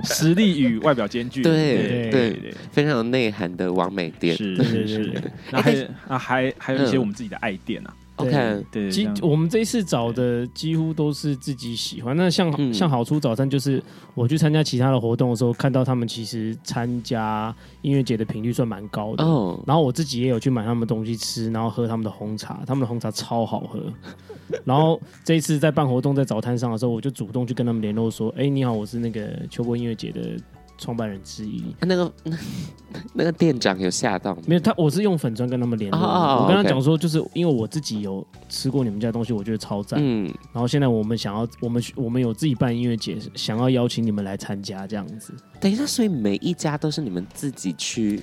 [SPEAKER 2] 实力与外表兼具，
[SPEAKER 3] 对
[SPEAKER 2] 对
[SPEAKER 3] 对非常有内涵的完美
[SPEAKER 2] 对，
[SPEAKER 3] 店。
[SPEAKER 2] 是
[SPEAKER 1] 对
[SPEAKER 2] 是
[SPEAKER 1] 对
[SPEAKER 2] 是
[SPEAKER 1] 对。
[SPEAKER 2] 那还有啊还还有一些
[SPEAKER 3] 哎嗯
[SPEAKER 2] 我们自己的爱店啊，
[SPEAKER 1] 对
[SPEAKER 3] OK，
[SPEAKER 2] 对，
[SPEAKER 1] 几
[SPEAKER 2] 像
[SPEAKER 1] 我们这一次找的几乎都是自己喜欢。那像、
[SPEAKER 3] 嗯
[SPEAKER 1] 像好出早餐，就是我去参加其他的活动的时候，看到他们其实参加音乐节的频率算蛮高的。
[SPEAKER 3] 哦，
[SPEAKER 1] 然后我自己也有去买他们东西吃，然后喝他们的红茶，他们的红茶超好喝。 然后这一次在办活动在早餐上的时候，我就主动去跟他们联络说：“哎，你好，我是那个秋波音乐节的创办人之一。”
[SPEAKER 3] 啊那个那那个店长有吓到吗？
[SPEAKER 1] 没有他，我是用粉砖跟他们联络的。
[SPEAKER 3] 哦哦哦
[SPEAKER 1] 我跟他
[SPEAKER 3] OK
[SPEAKER 1] 讲说，就是因为我自己有吃过你们家的东西，我觉得超赞。
[SPEAKER 3] 嗯，
[SPEAKER 1] 然后现在我们想要，我们我们有自己办音乐节，想要邀请你们来参加这样子。
[SPEAKER 3] 等一下，所以每一家都是你们自己去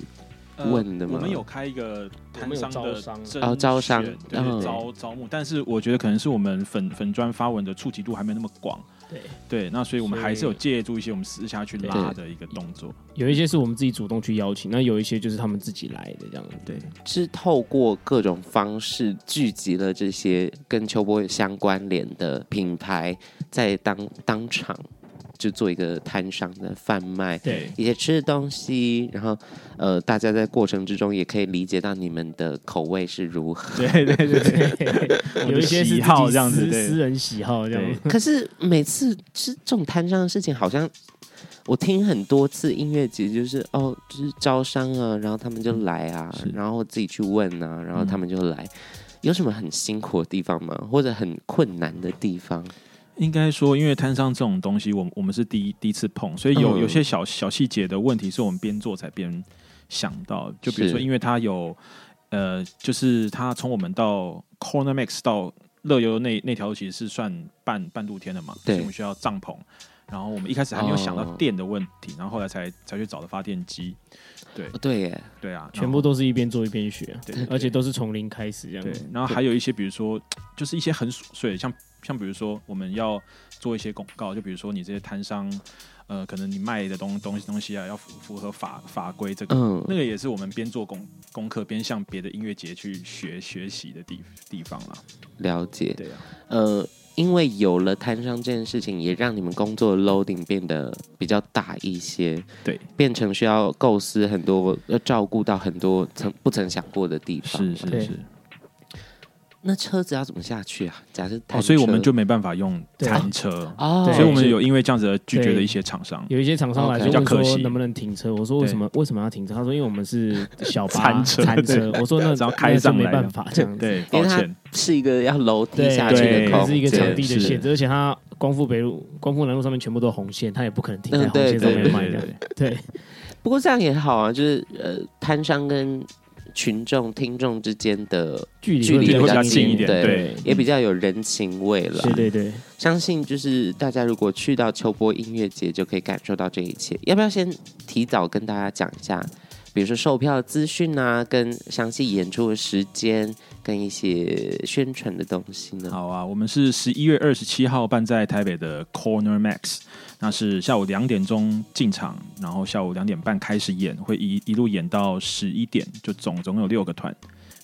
[SPEAKER 2] 呃
[SPEAKER 3] 问的吗
[SPEAKER 2] 我们有开一个摊商
[SPEAKER 1] 我们有
[SPEAKER 2] 的
[SPEAKER 1] 招商
[SPEAKER 2] 甄选
[SPEAKER 3] 哦招商
[SPEAKER 2] 对
[SPEAKER 3] 嗯
[SPEAKER 2] 招招募，但是我觉得可能是我们粉粉砖发文的触及度还没那么广，
[SPEAKER 1] 对，
[SPEAKER 2] 对，那所以我们
[SPEAKER 1] 所以
[SPEAKER 2] 还是有借助一些我们私下去拉的一个动作，
[SPEAKER 1] 有一些是我们自己主动去邀请，那有一些就是他们自己来的这样子。
[SPEAKER 2] 对，
[SPEAKER 3] 是透过各种方式聚集了这些跟秋波相关联的品牌，在当当场就做一个摊商的贩卖。
[SPEAKER 1] 对
[SPEAKER 3] 一些吃的东西，然后呃，大家在过程之中也可以理解到你们的口味是如 何。
[SPEAKER 2] 对对对对，我
[SPEAKER 1] 有
[SPEAKER 2] 的
[SPEAKER 1] 一些是自己
[SPEAKER 2] 喜好这样子
[SPEAKER 1] 私
[SPEAKER 2] 对
[SPEAKER 1] 私人喜好这样。
[SPEAKER 3] 可是每次是这种摊商的事情，好像我听很多次音乐节，就是哦，就是招商啊，然后他们就来啊
[SPEAKER 2] 是，
[SPEAKER 3] 然后自己去问啊，然后他们就来。有什么很辛苦的地方吗？或者很困难的地方？
[SPEAKER 2] 应该说，因为摊商这种东西，我们我们是第一第一次碰，所以有
[SPEAKER 3] 嗯
[SPEAKER 2] 有些小小细节的问题，是我们边做才边想到。就比如说，
[SPEAKER 3] 是
[SPEAKER 2] 因为它有呃，就是它从我们到 Corner Max 到乐悠悠那那条路，其实是算半半露天的嘛，所
[SPEAKER 3] 对
[SPEAKER 2] 以我们需要帐篷。然后我们一开始还没有想到
[SPEAKER 3] 哦
[SPEAKER 2] 电的问题，然后后来才才去找的发电机。
[SPEAKER 3] 哦对耶，
[SPEAKER 2] 对啊，
[SPEAKER 1] 全部都是一边做一边学，
[SPEAKER 2] 然后对，
[SPEAKER 1] 而且都是从零开始这样
[SPEAKER 2] 对
[SPEAKER 1] 子。，
[SPEAKER 2] 然后还有一些，比如说，就是一些很琐碎，像像比如说，我们要做一些广告，就比如说你这些摊商，呃，可能你卖的东东西东西啊，要符符合法法规这个，
[SPEAKER 3] 嗯，
[SPEAKER 2] 那个也是我们边做功功课边向别的音乐节去学学习的地地方啦。
[SPEAKER 3] 了解。
[SPEAKER 2] 对啊，
[SPEAKER 3] 呃，因为有了摊商这件事情，也让你们工作的 loading 变得比较大一些，
[SPEAKER 2] 对，
[SPEAKER 3] 变成需要构思很多，要照顾到很多曾不曾想过的地方。
[SPEAKER 2] 是
[SPEAKER 1] 对
[SPEAKER 2] 是是，
[SPEAKER 3] 那车子要怎么下去啊？假设摊
[SPEAKER 2] 哦，所以我们
[SPEAKER 3] 车
[SPEAKER 2] 就没办法用
[SPEAKER 1] 对
[SPEAKER 2] 餐车，
[SPEAKER 3] 哦，
[SPEAKER 1] 对
[SPEAKER 2] 所以我们
[SPEAKER 1] 是
[SPEAKER 2] 有因为这样子而拒绝了
[SPEAKER 1] 对
[SPEAKER 2] 一些厂商。
[SPEAKER 1] 有一些厂商来
[SPEAKER 3] OK
[SPEAKER 1] 就
[SPEAKER 2] 比较
[SPEAKER 1] 问
[SPEAKER 2] 哦可惜
[SPEAKER 1] 说能不能停车，我说为什么为什么要停车？他说因为我们是小巴
[SPEAKER 2] 餐车
[SPEAKER 1] 餐车，我说 那
[SPEAKER 2] 然后开上
[SPEAKER 1] 那
[SPEAKER 2] 来
[SPEAKER 1] 就没
[SPEAKER 2] 的
[SPEAKER 1] 办法这样子。
[SPEAKER 2] 对，
[SPEAKER 3] 因
[SPEAKER 2] 抱
[SPEAKER 3] 为它
[SPEAKER 2] 歉，
[SPEAKER 3] 是一个要楼梯
[SPEAKER 1] 对，
[SPEAKER 3] 下去
[SPEAKER 2] 对
[SPEAKER 3] 的
[SPEAKER 1] 这
[SPEAKER 3] 空间，
[SPEAKER 1] 是一个场地的
[SPEAKER 3] 是
[SPEAKER 1] 限制，而且它光复北路、光复南路上面全部都红线，它也不可能停在
[SPEAKER 3] 嗯
[SPEAKER 1] 红线
[SPEAKER 3] 对
[SPEAKER 1] 上
[SPEAKER 2] 对
[SPEAKER 3] 对
[SPEAKER 1] 面
[SPEAKER 2] 对
[SPEAKER 1] 卖
[SPEAKER 2] 对
[SPEAKER 1] 这样
[SPEAKER 2] 对。
[SPEAKER 1] 对，
[SPEAKER 3] 不过这样也好啊，就是呃，摊商跟群众、听众之间的
[SPEAKER 1] 距
[SPEAKER 3] 距
[SPEAKER 1] 离
[SPEAKER 3] 离
[SPEAKER 1] 会
[SPEAKER 3] 会比较近一
[SPEAKER 1] 一
[SPEAKER 3] 点
[SPEAKER 2] 对
[SPEAKER 1] 对，
[SPEAKER 3] 也比较有人情味了。
[SPEAKER 1] 对对对，
[SPEAKER 3] 相信就是大家如果去到秋波音乐节，就可以感受到这一切。要不要先提早跟大家讲一下，比如说售票资讯啊，跟详细演出的时间，跟一些宣传的东西呢？
[SPEAKER 2] 好啊，我们是十一月二十七号办在台北的 Corner Max，那是下午两点钟进场，然后下午两点半开始演，会一一路演到十一点，就总总共有六个团。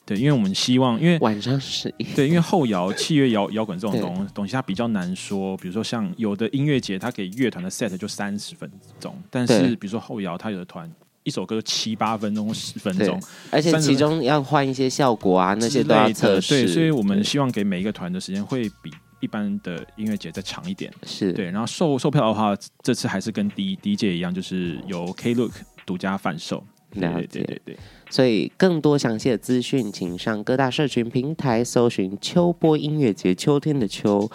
[SPEAKER 2] 对，因为我们希望，因为
[SPEAKER 3] 晚上十一，
[SPEAKER 2] 对，因为后摇、器乐摇摇滚这种
[SPEAKER 3] 对
[SPEAKER 2] 东东西，它比较难说。比如说像有的音乐节，它给乐团的 set 就三十分钟，但是
[SPEAKER 3] 对
[SPEAKER 2] 比如说后摇，它有的团一首歌七八分钟、十分
[SPEAKER 3] 对
[SPEAKER 2] 钟，
[SPEAKER 3] 而且其中要换一些效果啊，那些都要
[SPEAKER 2] 之类
[SPEAKER 3] 测
[SPEAKER 2] 的
[SPEAKER 3] 试。
[SPEAKER 2] 对，所以我们希望给每一个团的时间会比一般的音乐节再长一点。
[SPEAKER 3] 是
[SPEAKER 2] 对，然后售售票的话，这次还是跟第一第一届一样，就是由 Klook 独家贩售。对
[SPEAKER 3] 了
[SPEAKER 2] 对对
[SPEAKER 3] 解
[SPEAKER 2] 对 对，
[SPEAKER 3] 所以更多详细的资讯，请上各大社群平台搜寻“秋波音乐节”，秋天的秋，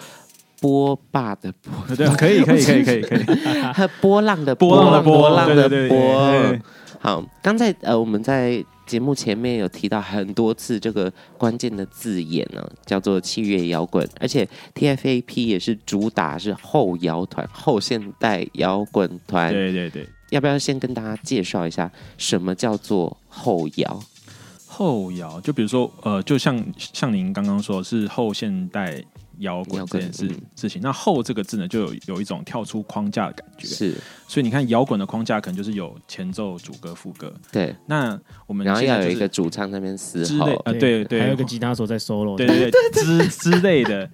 [SPEAKER 3] 波霸的波，
[SPEAKER 2] 对，可以可以可以可以可以，
[SPEAKER 3] 和波浪的
[SPEAKER 2] 波浪的
[SPEAKER 3] 波浪
[SPEAKER 2] 对
[SPEAKER 3] 的
[SPEAKER 2] 对对
[SPEAKER 3] 波
[SPEAKER 2] 对。
[SPEAKER 3] 好，刚才呃我们在节目前面有提到很多次这个关键的字眼呢、叫做器乐摇滚，而且 TFAP 也是主打是后摇团、后现代摇滚团。
[SPEAKER 2] 对对对。
[SPEAKER 3] 要不要先跟大家介绍一下什么叫做后摇？
[SPEAKER 2] 后摇，就比如说，呃，就像像您刚刚说，是后现代摇滚
[SPEAKER 3] 摇
[SPEAKER 2] 这
[SPEAKER 3] 滚
[SPEAKER 2] 件事
[SPEAKER 3] 嗯
[SPEAKER 2] 事情。那“后”这个字呢，就有有一种跳出框架的感觉。
[SPEAKER 3] 是
[SPEAKER 2] 所以你看，摇滚的框架可能就是有前奏、主歌、副歌。
[SPEAKER 3] 对，
[SPEAKER 2] 那我们
[SPEAKER 3] 然后
[SPEAKER 2] 现在
[SPEAKER 3] 要
[SPEAKER 2] 就
[SPEAKER 3] 有
[SPEAKER 2] 是
[SPEAKER 3] 一个主唱在那边嘶
[SPEAKER 2] 之类
[SPEAKER 3] 吼，
[SPEAKER 2] 啊，对对，
[SPEAKER 1] 还有一个吉他手在 solo，
[SPEAKER 2] 对对对之之类的。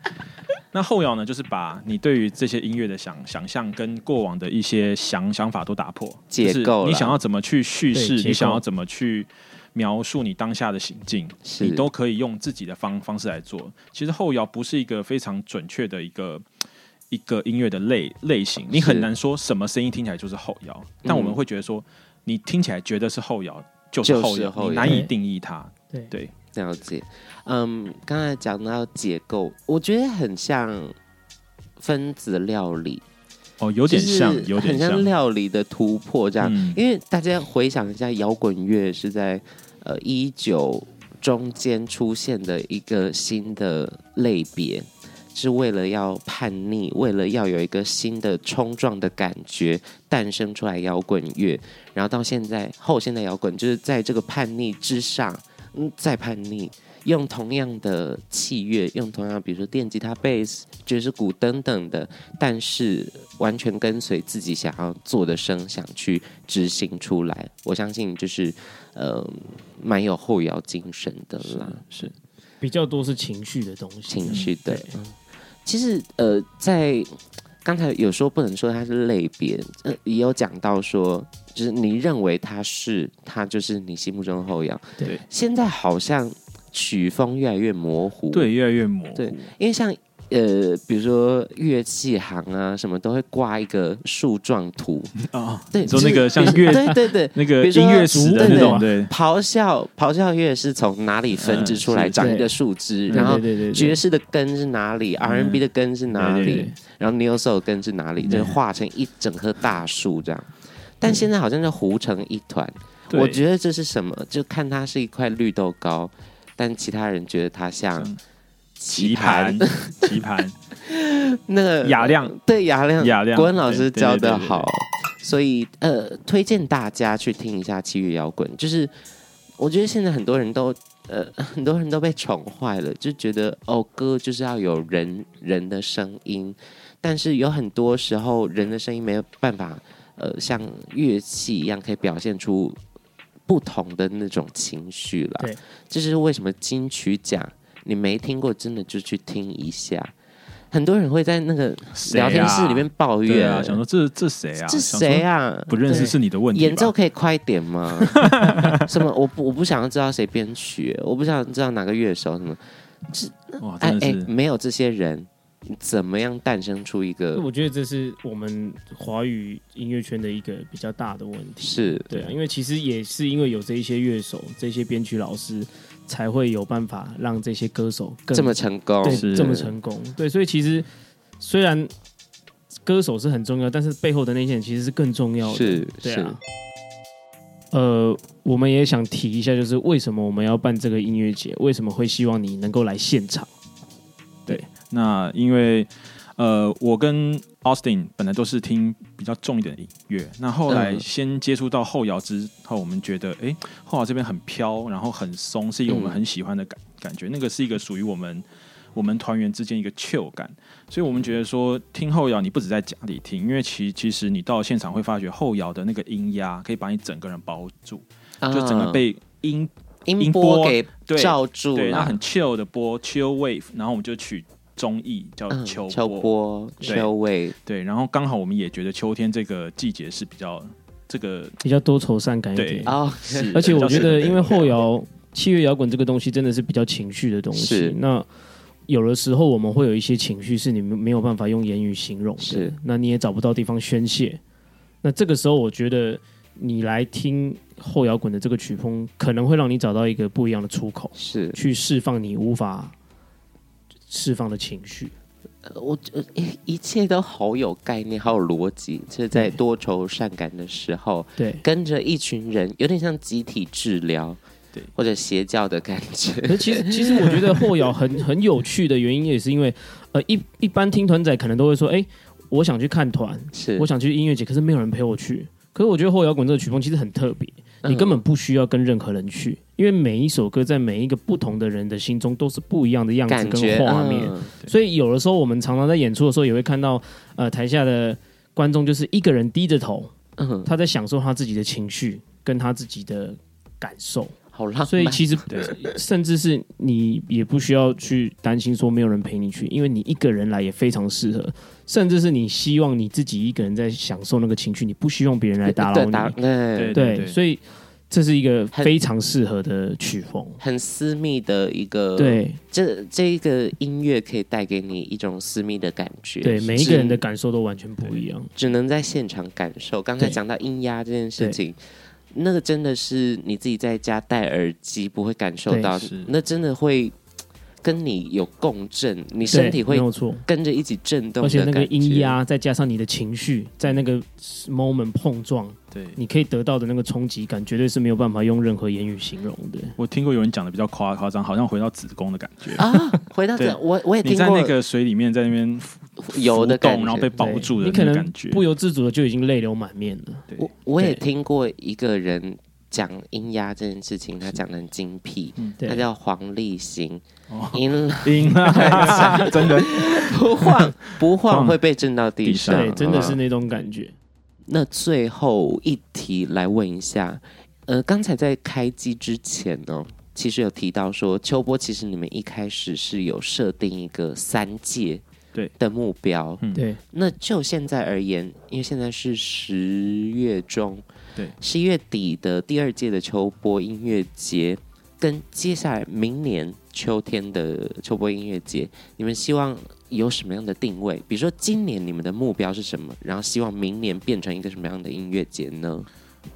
[SPEAKER 2] 那后摇呢，就是把你对于这些音乐的想想象跟过往的一些想想法都打破，
[SPEAKER 3] 解
[SPEAKER 2] 就是
[SPEAKER 3] 构
[SPEAKER 2] 你
[SPEAKER 3] 啦
[SPEAKER 2] 想要怎么去叙事
[SPEAKER 1] 对，解构
[SPEAKER 2] 你想要怎么去描述你当下的行径，
[SPEAKER 3] 是
[SPEAKER 2] 你都可以用自己的方方式来做。其实后摇不是一个非常准确的一个。一个音乐的类类型，你很
[SPEAKER 3] 是
[SPEAKER 2] 难说什么声音听起来就是后摇，但我们会觉得说，你听起来觉得是后摇就是
[SPEAKER 3] 就是
[SPEAKER 2] 后摇，
[SPEAKER 3] 后
[SPEAKER 2] 你
[SPEAKER 3] 摇
[SPEAKER 2] 难以定义它。
[SPEAKER 1] 对
[SPEAKER 2] 对，
[SPEAKER 3] 了解。嗯，刚才讲到解构，我觉得很像分子料理，
[SPEAKER 2] 哦，有点
[SPEAKER 3] 就是
[SPEAKER 2] 像，有点
[SPEAKER 3] 很像料理的突破这样。
[SPEAKER 2] 嗯
[SPEAKER 3] 因为大家回想一下，摇滚乐是在呃一九中间出现的一个新的类别，是为了要叛逆，为了要有一个新的冲撞的感觉，诞生出来摇滚乐。然后到现在后现代摇滚，就是在这个叛逆之上，嗯，再叛逆。用同样的器乐，用同样比如说电吉他、贝斯、爵士鼓等等的，但是完全跟随自己想要做的声响去执行出来。我相信就是呃，蛮有后摇精神的啦，
[SPEAKER 2] 是
[SPEAKER 1] 比较多是情绪的东西。
[SPEAKER 3] 情绪的。
[SPEAKER 1] 对
[SPEAKER 3] 嗯其实呃，在刚才有说不能说它是类别，呃，也有讲到说，就是你认为它是，它就是你心目中的后摇。
[SPEAKER 2] 对，
[SPEAKER 3] 现在好像曲风越来越模糊，
[SPEAKER 2] 对，越来越模糊。
[SPEAKER 3] 对因为像呃，比如说乐器行啊，什么都会挂一个树状 图，
[SPEAKER 2] 哦，
[SPEAKER 3] 对，
[SPEAKER 2] 你说
[SPEAKER 3] 就是
[SPEAKER 2] 那个像
[SPEAKER 3] 比如
[SPEAKER 2] 乐
[SPEAKER 3] 对对对，
[SPEAKER 2] 那个
[SPEAKER 3] 比如说
[SPEAKER 2] 音乐史的那种，啊对，
[SPEAKER 3] 咆哮咆哮乐是从哪里分支出来，
[SPEAKER 2] 嗯
[SPEAKER 3] 长一
[SPEAKER 1] 对
[SPEAKER 3] 个树枝，然后
[SPEAKER 1] 对对对对
[SPEAKER 3] 爵士的根是哪里，R&B 的根是哪
[SPEAKER 2] 嗯对对
[SPEAKER 3] 里
[SPEAKER 2] 对，
[SPEAKER 3] 然后 New Soul 的根是哪里，
[SPEAKER 2] 嗯
[SPEAKER 3] 就是画成一整棵大树这样。但现在好像是糊成一团，
[SPEAKER 2] 嗯对
[SPEAKER 3] 我觉得这是什么？就看它是一块绿豆糕，但其他人觉得它像
[SPEAKER 2] 像
[SPEAKER 3] 棋
[SPEAKER 2] 棋盘
[SPEAKER 3] 盘。，
[SPEAKER 2] 棋盘，
[SPEAKER 3] 那个
[SPEAKER 2] 雅量，
[SPEAKER 3] 对雅亮，
[SPEAKER 2] 雅亮
[SPEAKER 3] 国文老师
[SPEAKER 2] 对对
[SPEAKER 3] 教的
[SPEAKER 2] 对对对
[SPEAKER 3] 好，所以呃，推荐大家去听一下器乐摇滚。就是我觉得现在很多人都呃， 很多人都被宠坏了，就觉得哦，歌就是要有人人的声音，但是有很多时候人的声音没有办法呃，像乐器一样可以表现出不同的那种情绪啦
[SPEAKER 1] 对。
[SPEAKER 3] 这是为什么金曲奖你没听过，真的就去听一下。很多人会在那个
[SPEAKER 2] 谁啊
[SPEAKER 3] 聊天室里面抱
[SPEAKER 2] 对
[SPEAKER 3] 怨，
[SPEAKER 2] 啊，想说这这谁啊？
[SPEAKER 3] 这
[SPEAKER 2] 想说
[SPEAKER 3] 谁啊？
[SPEAKER 2] 不认识
[SPEAKER 3] 对
[SPEAKER 2] 是你的问题吧。
[SPEAKER 3] 演奏可以快一 点吗？什么？我不我不想要知道谁编曲，我不想知道哪个乐手什么。
[SPEAKER 2] 哇，
[SPEAKER 3] 哎
[SPEAKER 2] 真的
[SPEAKER 3] 哎，
[SPEAKER 2] 是
[SPEAKER 3] 没有这些人，你怎么样诞生出一个
[SPEAKER 1] 我觉得这是我们华语音乐圈的一个比较大的问题。
[SPEAKER 3] 是？
[SPEAKER 1] 对啊，因为其实也是因为有这一些乐手、这些编曲老师，才会有办法让这些歌手更
[SPEAKER 3] 这么成功，
[SPEAKER 1] 对
[SPEAKER 2] 是
[SPEAKER 1] 这么成功。对，所以其实虽然歌手是很重要，但是背后的那些人其实是更重要的。
[SPEAKER 3] 是
[SPEAKER 1] 对
[SPEAKER 3] 是
[SPEAKER 1] 啊。呃，我们也想提一下，就是为什么我们要办这个音乐节？为什么会希望你能够来现场？
[SPEAKER 2] 那因为呃，我跟 Austin 本来都是听比较重一点的音乐，那后来
[SPEAKER 3] 嗯
[SPEAKER 2] 先接触到后摇之后，我们觉得哎、诶后摇这边很飘，然后很松，是一个我们
[SPEAKER 3] 嗯
[SPEAKER 2] 很喜欢的感、感觉，那个是一个属于我们。我们团员之间一个 chill 感，所以我们觉得说听后摇，你不止在家里听，因为其其实你到现场会发觉后摇的那个音压可以把你整个人包住，就整个
[SPEAKER 3] 啊
[SPEAKER 2] 被音
[SPEAKER 3] 音
[SPEAKER 2] 音
[SPEAKER 3] 波
[SPEAKER 2] 波
[SPEAKER 3] 给
[SPEAKER 2] 对
[SPEAKER 3] 罩住
[SPEAKER 2] 对，那
[SPEAKER 3] 了
[SPEAKER 2] 很。chill 的波 chill wave，然后我们就取中译叫秋
[SPEAKER 3] 嗯秋波、
[SPEAKER 2] 对
[SPEAKER 3] 秋味，
[SPEAKER 2] 对，然后刚好我们也觉得秋天这个季节是比较这个
[SPEAKER 1] 比较多愁善感一
[SPEAKER 2] 对
[SPEAKER 1] 点。
[SPEAKER 3] 哦，
[SPEAKER 2] 是，
[SPEAKER 1] 而且我觉得，
[SPEAKER 2] 比较适合
[SPEAKER 1] 因为后摇、器乐摇滚这个东西真的是比较情绪的东
[SPEAKER 3] 是
[SPEAKER 1] 西。那有的时候我们会有一些情绪是你们没有办法用言语形容
[SPEAKER 3] 是
[SPEAKER 1] 的，那你也找不到地方宣泄。那这个时候，我觉得你来听后摇滚的这个曲风，可能会让你找到一个不一样的出口，
[SPEAKER 3] 是
[SPEAKER 1] 去释放你无法释放的情绪。
[SPEAKER 3] 呃我呃一一切都好有概念，好有逻辑，就是在
[SPEAKER 1] 对
[SPEAKER 3] 多愁善感的时候，
[SPEAKER 1] 对，
[SPEAKER 3] 跟着一群人，有点像集体治疗，
[SPEAKER 2] 对，
[SPEAKER 3] 或者邪教的感觉。
[SPEAKER 1] 可是其实，其实我觉得后摇很很有趣的原因，也是因为，呃，一一般听团仔可能都会说，哎、我想去看团，
[SPEAKER 3] 是，
[SPEAKER 1] 我想去音乐节，可是没有人陪我去。可是我觉得后摇滚这个曲风其实很特别，
[SPEAKER 3] 嗯
[SPEAKER 1] 你根本不需要跟任何人去，因为每一首歌在每一个不同的人的心中都是不一样的样子
[SPEAKER 3] 感觉
[SPEAKER 1] 跟画面。
[SPEAKER 3] 嗯
[SPEAKER 1] 所以有的时候我们常常在演出的时候也会看到，呃，台下的观众就是一个人低着头，
[SPEAKER 3] 嗯，
[SPEAKER 1] 他在享受他自己的情绪跟他自己的感受。
[SPEAKER 3] 好浪漫。
[SPEAKER 1] 所以其实
[SPEAKER 2] 对
[SPEAKER 1] 甚至是你也不需要去担心说没有人陪你去，因为你一个人来也非常适合。甚至是你希望你自己一个人在享受那个情绪，你不希望别人来打扰
[SPEAKER 3] 对打
[SPEAKER 1] 你。
[SPEAKER 3] 对
[SPEAKER 2] 对
[SPEAKER 1] 对，
[SPEAKER 2] 对
[SPEAKER 1] 所以这是一个
[SPEAKER 3] 很
[SPEAKER 1] 非常适合的曲风。
[SPEAKER 3] 很私密的一个，，
[SPEAKER 1] 对
[SPEAKER 3] 这这个音乐可以带给你一种私密的感觉，
[SPEAKER 1] 对，每一个人的
[SPEAKER 3] 只
[SPEAKER 1] 感受都完全不一样。
[SPEAKER 3] 只能在现场感受。刚才
[SPEAKER 1] 对
[SPEAKER 3] 讲到音压这件事情，那个真的是你自己在家戴耳机不会感受
[SPEAKER 1] 对
[SPEAKER 3] 到
[SPEAKER 2] 是，
[SPEAKER 3] 那真的会嘖跟你有共振，你
[SPEAKER 1] 你
[SPEAKER 3] 身体会
[SPEAKER 1] 没有错，
[SPEAKER 3] 跟着一起震动
[SPEAKER 1] 而
[SPEAKER 3] 的
[SPEAKER 1] 且
[SPEAKER 3] 感觉，
[SPEAKER 1] 那个音压再加上你的情绪，在那个 moment 碰撞，
[SPEAKER 2] 对。
[SPEAKER 1] 你可以得到的那个冲击感，绝对是没有办法用任何言语形容的。
[SPEAKER 2] 我听过有人讲的比较夸夸张，好像回到子宫的感觉。
[SPEAKER 3] 啊！回到这，
[SPEAKER 2] 对
[SPEAKER 3] 我我也
[SPEAKER 2] 你
[SPEAKER 3] 哎听
[SPEAKER 2] 在
[SPEAKER 3] 过
[SPEAKER 2] 那个水里面，在那边
[SPEAKER 3] 有的
[SPEAKER 2] 浮
[SPEAKER 3] 感
[SPEAKER 2] 动，然后
[SPEAKER 3] 觉
[SPEAKER 2] 被。包
[SPEAKER 1] 对
[SPEAKER 2] 住的
[SPEAKER 1] 你
[SPEAKER 2] 那
[SPEAKER 1] 可
[SPEAKER 2] 个
[SPEAKER 1] 能
[SPEAKER 2] 感觉。
[SPEAKER 1] 不由自主的就已经泪流满面了。
[SPEAKER 2] 对
[SPEAKER 3] 我我也
[SPEAKER 1] 对
[SPEAKER 3] 听过一个人讲音压这件事情，他讲的很精辟，
[SPEAKER 1] 对
[SPEAKER 3] 他叫黄立行，
[SPEAKER 2] 哦
[SPEAKER 3] 音
[SPEAKER 2] 赢 了，真的。
[SPEAKER 3] 不晃不晃
[SPEAKER 2] 晃
[SPEAKER 3] 会被震到地
[SPEAKER 2] 地
[SPEAKER 3] 上，
[SPEAKER 2] 上
[SPEAKER 1] 对，
[SPEAKER 3] 好
[SPEAKER 1] 真的
[SPEAKER 3] 不好
[SPEAKER 1] 是那种感觉。
[SPEAKER 3] 那最后一题来问一下，呃，刚才在开机之前呢、其实有提到说，秋波其实你们一开始是有设定一个三届
[SPEAKER 2] 对
[SPEAKER 3] 的目标，
[SPEAKER 2] 嗯
[SPEAKER 1] 对，
[SPEAKER 3] 那就现在而言，因为现在是十月中，
[SPEAKER 2] 对，
[SPEAKER 3] 十一月底的第二届的秋波音乐节，跟接下来明年秋天的秋波音乐节，你们希望有什么样的定位？比如说今年你们的目标是什么？然后希望明年变成一个什么样的音乐节呢？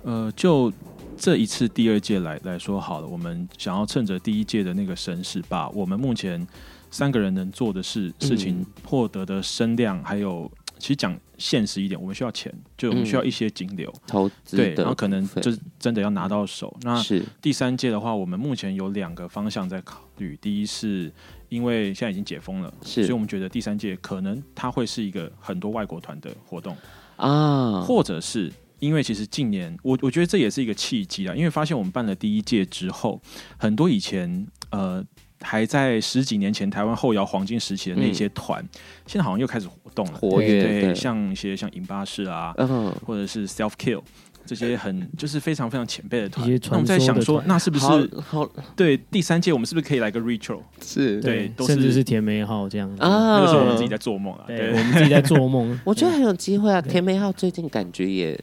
[SPEAKER 2] 呃，就这一次第二届来来说好了，我们想要趁着第一届的那个声势，把我们目前三个人能做的事事情
[SPEAKER 3] 嗯
[SPEAKER 2] 获得的声量，还有其实讲现实一点，我们需要钱，就我们
[SPEAKER 3] 嗯
[SPEAKER 2] 需要一些金流，
[SPEAKER 3] 投资
[SPEAKER 2] 对，
[SPEAKER 3] 的
[SPEAKER 2] 然后可能
[SPEAKER 3] 部分
[SPEAKER 2] 就是真的要拿到手。那
[SPEAKER 3] 是
[SPEAKER 2] 第三届的话，我们目前有两个方向在考虑，第一是因为现在已经解封了，所以
[SPEAKER 3] 是
[SPEAKER 2] 我们觉得第三届可能它会是一个很多外国团的活动。
[SPEAKER 3] 啊，
[SPEAKER 2] 或者是因为其实近年，我我觉得这也是一个契机啊，因为发现我们办了第一届之后，很多以前呃还在十几年前台湾后摇黄金时期的那些团，现在好像又开始活动了，
[SPEAKER 3] 嗯活跃
[SPEAKER 2] 对，
[SPEAKER 3] 对
[SPEAKER 2] 像一些像银巴士啊，
[SPEAKER 3] 嗯，
[SPEAKER 2] 或者是 Self Kill。这些很就是非常非常前辈的团
[SPEAKER 1] 哎一些，
[SPEAKER 2] 那我们在
[SPEAKER 1] 传说
[SPEAKER 2] 想
[SPEAKER 1] 的
[SPEAKER 2] 说，
[SPEAKER 1] 团
[SPEAKER 2] 那是不是
[SPEAKER 3] 好好
[SPEAKER 2] 对第三届我们是不是可以来个 retro？
[SPEAKER 3] 是
[SPEAKER 2] 对都是
[SPEAKER 1] 甚至是甜美好这样子
[SPEAKER 3] 啊。
[SPEAKER 2] 那个时候我们自己在做梦啊，
[SPEAKER 1] 嗯对
[SPEAKER 2] 对嗯
[SPEAKER 1] 我，们自己在做梦
[SPEAKER 3] 我觉得
[SPEAKER 1] 对
[SPEAKER 3] 很有机会啊！甜美号最近感觉也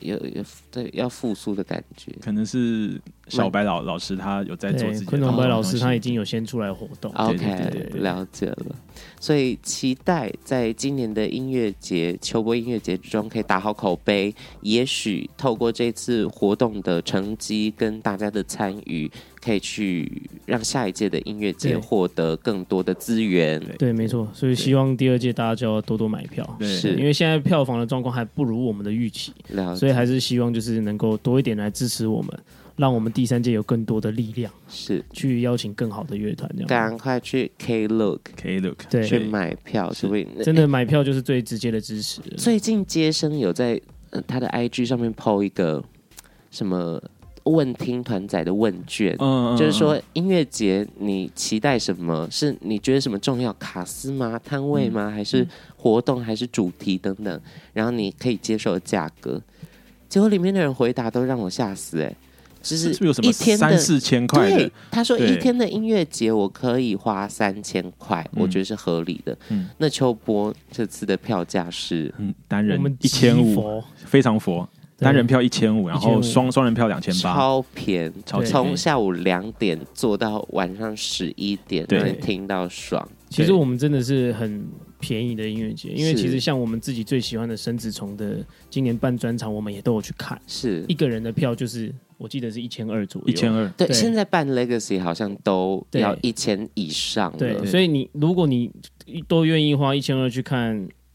[SPEAKER 3] 有有对要复苏的感觉
[SPEAKER 2] 可能是小白老老师他有在做自
[SPEAKER 1] 对，
[SPEAKER 2] 己的
[SPEAKER 1] 昆虫白老师
[SPEAKER 2] 东西
[SPEAKER 1] 他已经有先出来活动，
[SPEAKER 2] 对对对对
[SPEAKER 3] ，OK，
[SPEAKER 2] 对
[SPEAKER 3] 了解了。所以期待在今年的音乐节、秋波音乐节之中可以打好口碑，也许透过这次活动的成绩跟大家的参与，可以去让下一届的音乐节
[SPEAKER 1] 对
[SPEAKER 3] 获得更多的资源。
[SPEAKER 2] 对
[SPEAKER 1] 对，没错。所以希望第二届大家就要多多买票，
[SPEAKER 2] 对
[SPEAKER 3] 是
[SPEAKER 1] 因为现在票房的状况还不如我们的预期，
[SPEAKER 3] 了
[SPEAKER 1] 所以
[SPEAKER 3] 解，
[SPEAKER 1] 还是希望就是能够多一点来支持我们，让我们第三届有更多的力量
[SPEAKER 3] 是
[SPEAKER 1] 去邀请更好的乐团这样子。
[SPEAKER 3] 赶快去 K Look
[SPEAKER 2] K Look
[SPEAKER 1] 对
[SPEAKER 3] 去买票，
[SPEAKER 2] 是
[SPEAKER 3] 是不是？
[SPEAKER 1] 真的买票就是最直接的支持了。
[SPEAKER 3] 最近接生有在、呃他的 IG 上面 PO 一个什么问听团仔的问卷，
[SPEAKER 2] 嗯，嗯
[SPEAKER 3] 就是说音乐节你期待什么？是你觉得什么重要？卡司吗？摊位吗？
[SPEAKER 2] 嗯
[SPEAKER 3] 还是活动？还是主题等等？然后你可以接受的价格。结果里面的人回答都让我吓死哎、欸就是
[SPEAKER 2] 不是有什么
[SPEAKER 3] 一天的
[SPEAKER 2] 三四千块
[SPEAKER 3] 对
[SPEAKER 2] 的，，
[SPEAKER 3] 他说
[SPEAKER 2] 对
[SPEAKER 3] 一天的音乐节我可以花三千块，
[SPEAKER 2] 嗯
[SPEAKER 3] 我觉得是合理的。
[SPEAKER 2] 嗯
[SPEAKER 3] 那秋波这次的票价是
[SPEAKER 2] 嗯，单
[SPEAKER 1] 我
[SPEAKER 2] 人
[SPEAKER 1] 们
[SPEAKER 2] 一千
[SPEAKER 1] 集
[SPEAKER 2] 五，
[SPEAKER 1] 佛，
[SPEAKER 2] 非常佛，
[SPEAKER 1] 对
[SPEAKER 2] 单人票一千五，然后
[SPEAKER 1] 1500
[SPEAKER 2] 双双人票两千八，
[SPEAKER 3] 超便宜，
[SPEAKER 2] 超
[SPEAKER 1] 对
[SPEAKER 2] 便宜
[SPEAKER 3] 从下午两点做到晚上十一点，
[SPEAKER 2] 对
[SPEAKER 3] 让你听到爽。
[SPEAKER 1] 其实
[SPEAKER 2] 对
[SPEAKER 1] 我们真的是很便宜的音乐节，因为
[SPEAKER 3] 是
[SPEAKER 1] 其实像我们自己最喜欢的生子虫的今年办专场，我们也都有去看，
[SPEAKER 3] 是
[SPEAKER 1] 一个人的票就是我记得是一千二左右，
[SPEAKER 2] 一千二，
[SPEAKER 3] 对，
[SPEAKER 1] 对
[SPEAKER 3] 现在办 Legacy 好像都
[SPEAKER 1] 对
[SPEAKER 3] 要一千以上
[SPEAKER 1] 对，
[SPEAKER 3] 了，
[SPEAKER 1] 所以你如果你都愿意花一千二去看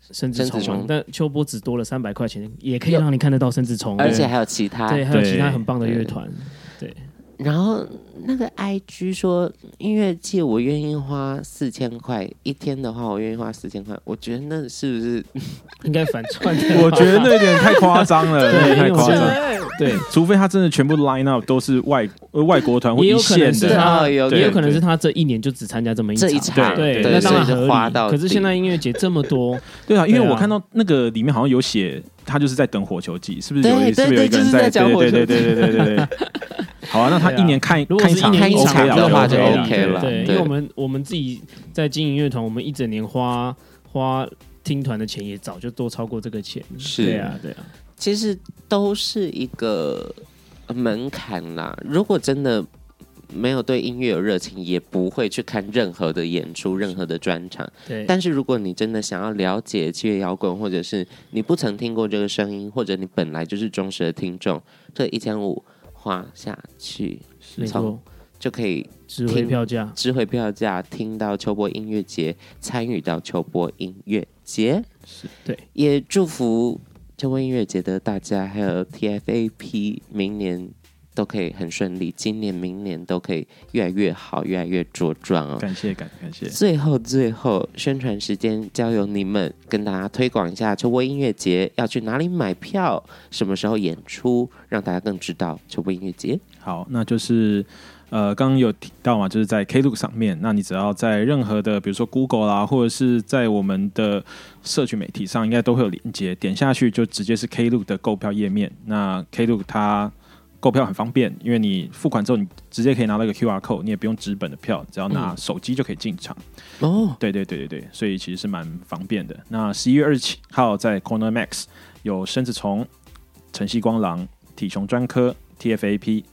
[SPEAKER 1] 生殖
[SPEAKER 3] 生殖
[SPEAKER 1] 虫
[SPEAKER 3] 虫
[SPEAKER 1] 啊，但秋波只多了三百块钱，也可以
[SPEAKER 3] 有
[SPEAKER 1] 让你看得到生殖虫，
[SPEAKER 3] 而且还有其他。
[SPEAKER 1] 对，还有
[SPEAKER 2] 对。
[SPEAKER 1] 其他很棒的乐团，
[SPEAKER 3] 然后那个 IG 说音乐季我愿意花四千块一天的话，我愿意花四千块。我觉得那是不是
[SPEAKER 1] 应该反串的
[SPEAKER 2] 我觉得那有点太夸张了，
[SPEAKER 1] 对
[SPEAKER 2] 有点太夸
[SPEAKER 1] 因为
[SPEAKER 2] 张。
[SPEAKER 1] 对，啊
[SPEAKER 2] 除非他真的全部 line up 都是外呃外国团或
[SPEAKER 1] 也
[SPEAKER 2] 一
[SPEAKER 1] 有可能
[SPEAKER 2] 线
[SPEAKER 1] 是
[SPEAKER 2] 的，
[SPEAKER 1] 他，
[SPEAKER 3] 哦有
[SPEAKER 1] 也有
[SPEAKER 2] 对
[SPEAKER 1] 可能是
[SPEAKER 2] 对
[SPEAKER 1] 他这一年就只参加这么
[SPEAKER 3] 这一
[SPEAKER 1] 一
[SPEAKER 3] 场
[SPEAKER 1] 场，对，
[SPEAKER 2] 对
[SPEAKER 1] 那
[SPEAKER 2] 所
[SPEAKER 1] 当然
[SPEAKER 2] 以
[SPEAKER 3] 就
[SPEAKER 1] 合
[SPEAKER 3] 花到
[SPEAKER 1] 理。可是
[SPEAKER 3] 底
[SPEAKER 1] 现在音乐节这么多，
[SPEAKER 2] 对啊，因为
[SPEAKER 1] 对啊
[SPEAKER 2] 我看到那个里面好像有写，他就是在等火球季，是不是有
[SPEAKER 3] 对
[SPEAKER 2] 一是不
[SPEAKER 3] 对
[SPEAKER 2] 是有
[SPEAKER 3] 对
[SPEAKER 2] 一个人
[SPEAKER 3] 就是在讲
[SPEAKER 2] 对
[SPEAKER 3] 火球
[SPEAKER 2] 对
[SPEAKER 3] 季
[SPEAKER 2] 对对对对对对。好啊，那他
[SPEAKER 1] 对啊
[SPEAKER 2] 一年看
[SPEAKER 1] 如果
[SPEAKER 2] 看
[SPEAKER 1] 是
[SPEAKER 2] 场
[SPEAKER 1] 一年一
[SPEAKER 3] 场
[SPEAKER 2] OK 啦
[SPEAKER 3] 的话就 OK
[SPEAKER 2] 对
[SPEAKER 3] 了
[SPEAKER 1] 对，因
[SPEAKER 3] 对
[SPEAKER 1] 为我们我们自己在经营乐团，我们一整年花花听团的钱也早就都超过这个钱了。
[SPEAKER 3] 是
[SPEAKER 1] 对啊，对啊，
[SPEAKER 3] 其实都是一个呃门槛啦。如果真的没有对音乐有热情，也不会去看任何的演出、任何的专场。
[SPEAKER 1] 对。
[SPEAKER 3] 但是如果你真的想要了解器乐摇滚，或者是你不曾听过这个声音，或者你本来就是忠实的听众，这一千五花下去
[SPEAKER 1] 没
[SPEAKER 3] 从
[SPEAKER 1] 错，
[SPEAKER 3] 就可以
[SPEAKER 1] 值回票价。
[SPEAKER 3] 值回票价，听到秋波音乐节，参与到秋波音乐节。
[SPEAKER 2] 是
[SPEAKER 1] 对，
[SPEAKER 3] 也祝福秋波音乐节的大家，还有 TFAP 明年。都可以很顺利，今年、明年都可以越来越好，越来越茁壮哦。
[SPEAKER 2] 感谢感感谢，
[SPEAKER 3] 最后，最后宣传时间交由你们跟大家推广一下秋波音乐节要去哪里买票，什么时候演出，让大家更知道秋波音乐节。
[SPEAKER 2] 好，那就是呃，刚刚有提到嘛，就是在 Klook 上面，那你只要在任何的，比如说 Google 啦，或者是在我们的社群媒体上，应该都会有连接，点下去就直接是 Klook 的购票页面。那 Klook 它购票很方便，因为你付款之后，你直接可以拿到一个 QR code，你也不用纸本的票，只要拿
[SPEAKER 3] 嗯
[SPEAKER 2] 手机就可以进场。
[SPEAKER 3] 哦，
[SPEAKER 2] 对对对对对，所以其实是蛮方便的。那十一月二十七号在 Corner Max 有生子虫、晨曦光狼、体雄专科、TFAP、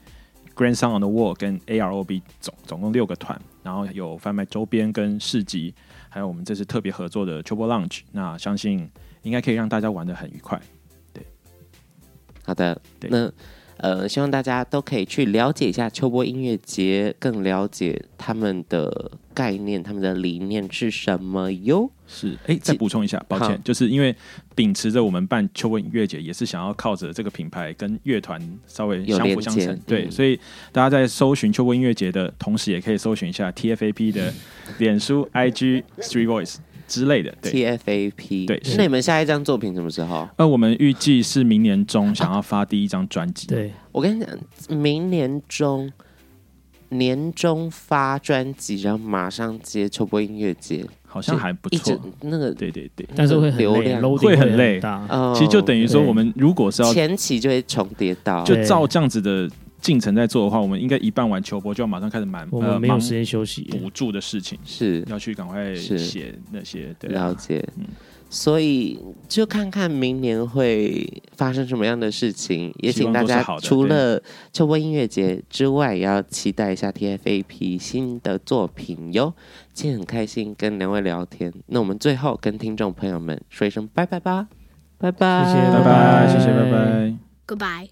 [SPEAKER 2] Grand Sound on the Wall 跟 AROB 总总共六个团，然后有贩卖周边跟市集，还有我们这次特别合作的秋波 Lounge，那相信应该可以让大家玩的很愉快。
[SPEAKER 3] 好的，
[SPEAKER 2] 对
[SPEAKER 3] 那呃，希望大家都可以去了解一下秋波音乐节，更了解他们的概念、他们的理念是什么哟。
[SPEAKER 2] 是，哎，再
[SPEAKER 3] 其
[SPEAKER 2] 补充一下，抱
[SPEAKER 3] 好
[SPEAKER 2] 歉，就是因为秉持着我们办秋文乐节，也是想要靠着这个品牌跟乐团稍微
[SPEAKER 3] 有
[SPEAKER 2] 相
[SPEAKER 3] 连
[SPEAKER 2] 辅相
[SPEAKER 3] 接
[SPEAKER 2] 成，对，
[SPEAKER 3] 嗯
[SPEAKER 2] 所以大家在搜寻秋文音乐节的同时，也可以搜寻一下 TFAP 的脸书、IG、Street Voice 之类的，对。
[SPEAKER 3] TFAP，
[SPEAKER 2] 对是
[SPEAKER 3] 那你们下一张作品什么时候？
[SPEAKER 2] 呃，我们预计是明年中想要发第一张专辑，
[SPEAKER 1] 对，
[SPEAKER 3] 我跟你讲，明年中年中发专辑，然后马上接秋波音乐节，
[SPEAKER 2] 好像还不
[SPEAKER 3] 一
[SPEAKER 2] 错
[SPEAKER 3] 整，那个
[SPEAKER 2] 对对对。
[SPEAKER 1] 但是会很
[SPEAKER 3] 流
[SPEAKER 1] 累
[SPEAKER 3] 量
[SPEAKER 1] ，loading
[SPEAKER 2] 会很
[SPEAKER 1] 很
[SPEAKER 2] 累呃
[SPEAKER 1] 大。
[SPEAKER 3] 哦
[SPEAKER 2] 其实就等于说，
[SPEAKER 1] 对
[SPEAKER 2] 我们如果是要
[SPEAKER 3] 前期就会重叠到，
[SPEAKER 2] 就
[SPEAKER 1] 对
[SPEAKER 2] 照这样子的进程在做的话，我们应该一办完秋播就要马上开始忙
[SPEAKER 1] 我
[SPEAKER 2] 呃
[SPEAKER 1] 们没有
[SPEAKER 2] 忙
[SPEAKER 1] 时间休息，
[SPEAKER 2] 补助的事情。
[SPEAKER 3] 是
[SPEAKER 2] 要去赶快
[SPEAKER 3] 是
[SPEAKER 2] 写那些对啊、
[SPEAKER 3] 了解，
[SPEAKER 2] 嗯
[SPEAKER 3] 所以就看看明年会发生什么样的事情。也
[SPEAKER 2] 希
[SPEAKER 3] 请
[SPEAKER 2] 望都
[SPEAKER 3] 大
[SPEAKER 2] 是
[SPEAKER 3] 家
[SPEAKER 2] 好的
[SPEAKER 3] 除
[SPEAKER 2] 对
[SPEAKER 3] 了秋波音乐节之外，也要期待一下 TFAP 新的作品哟。今天很开心跟两位聊天，那我们最后跟听众朋友们说一声拜拜吧，拜拜，
[SPEAKER 1] 谢谢
[SPEAKER 2] 拜拜，谢谢，
[SPEAKER 1] 拜
[SPEAKER 2] 拜拜。
[SPEAKER 5] Goodbye.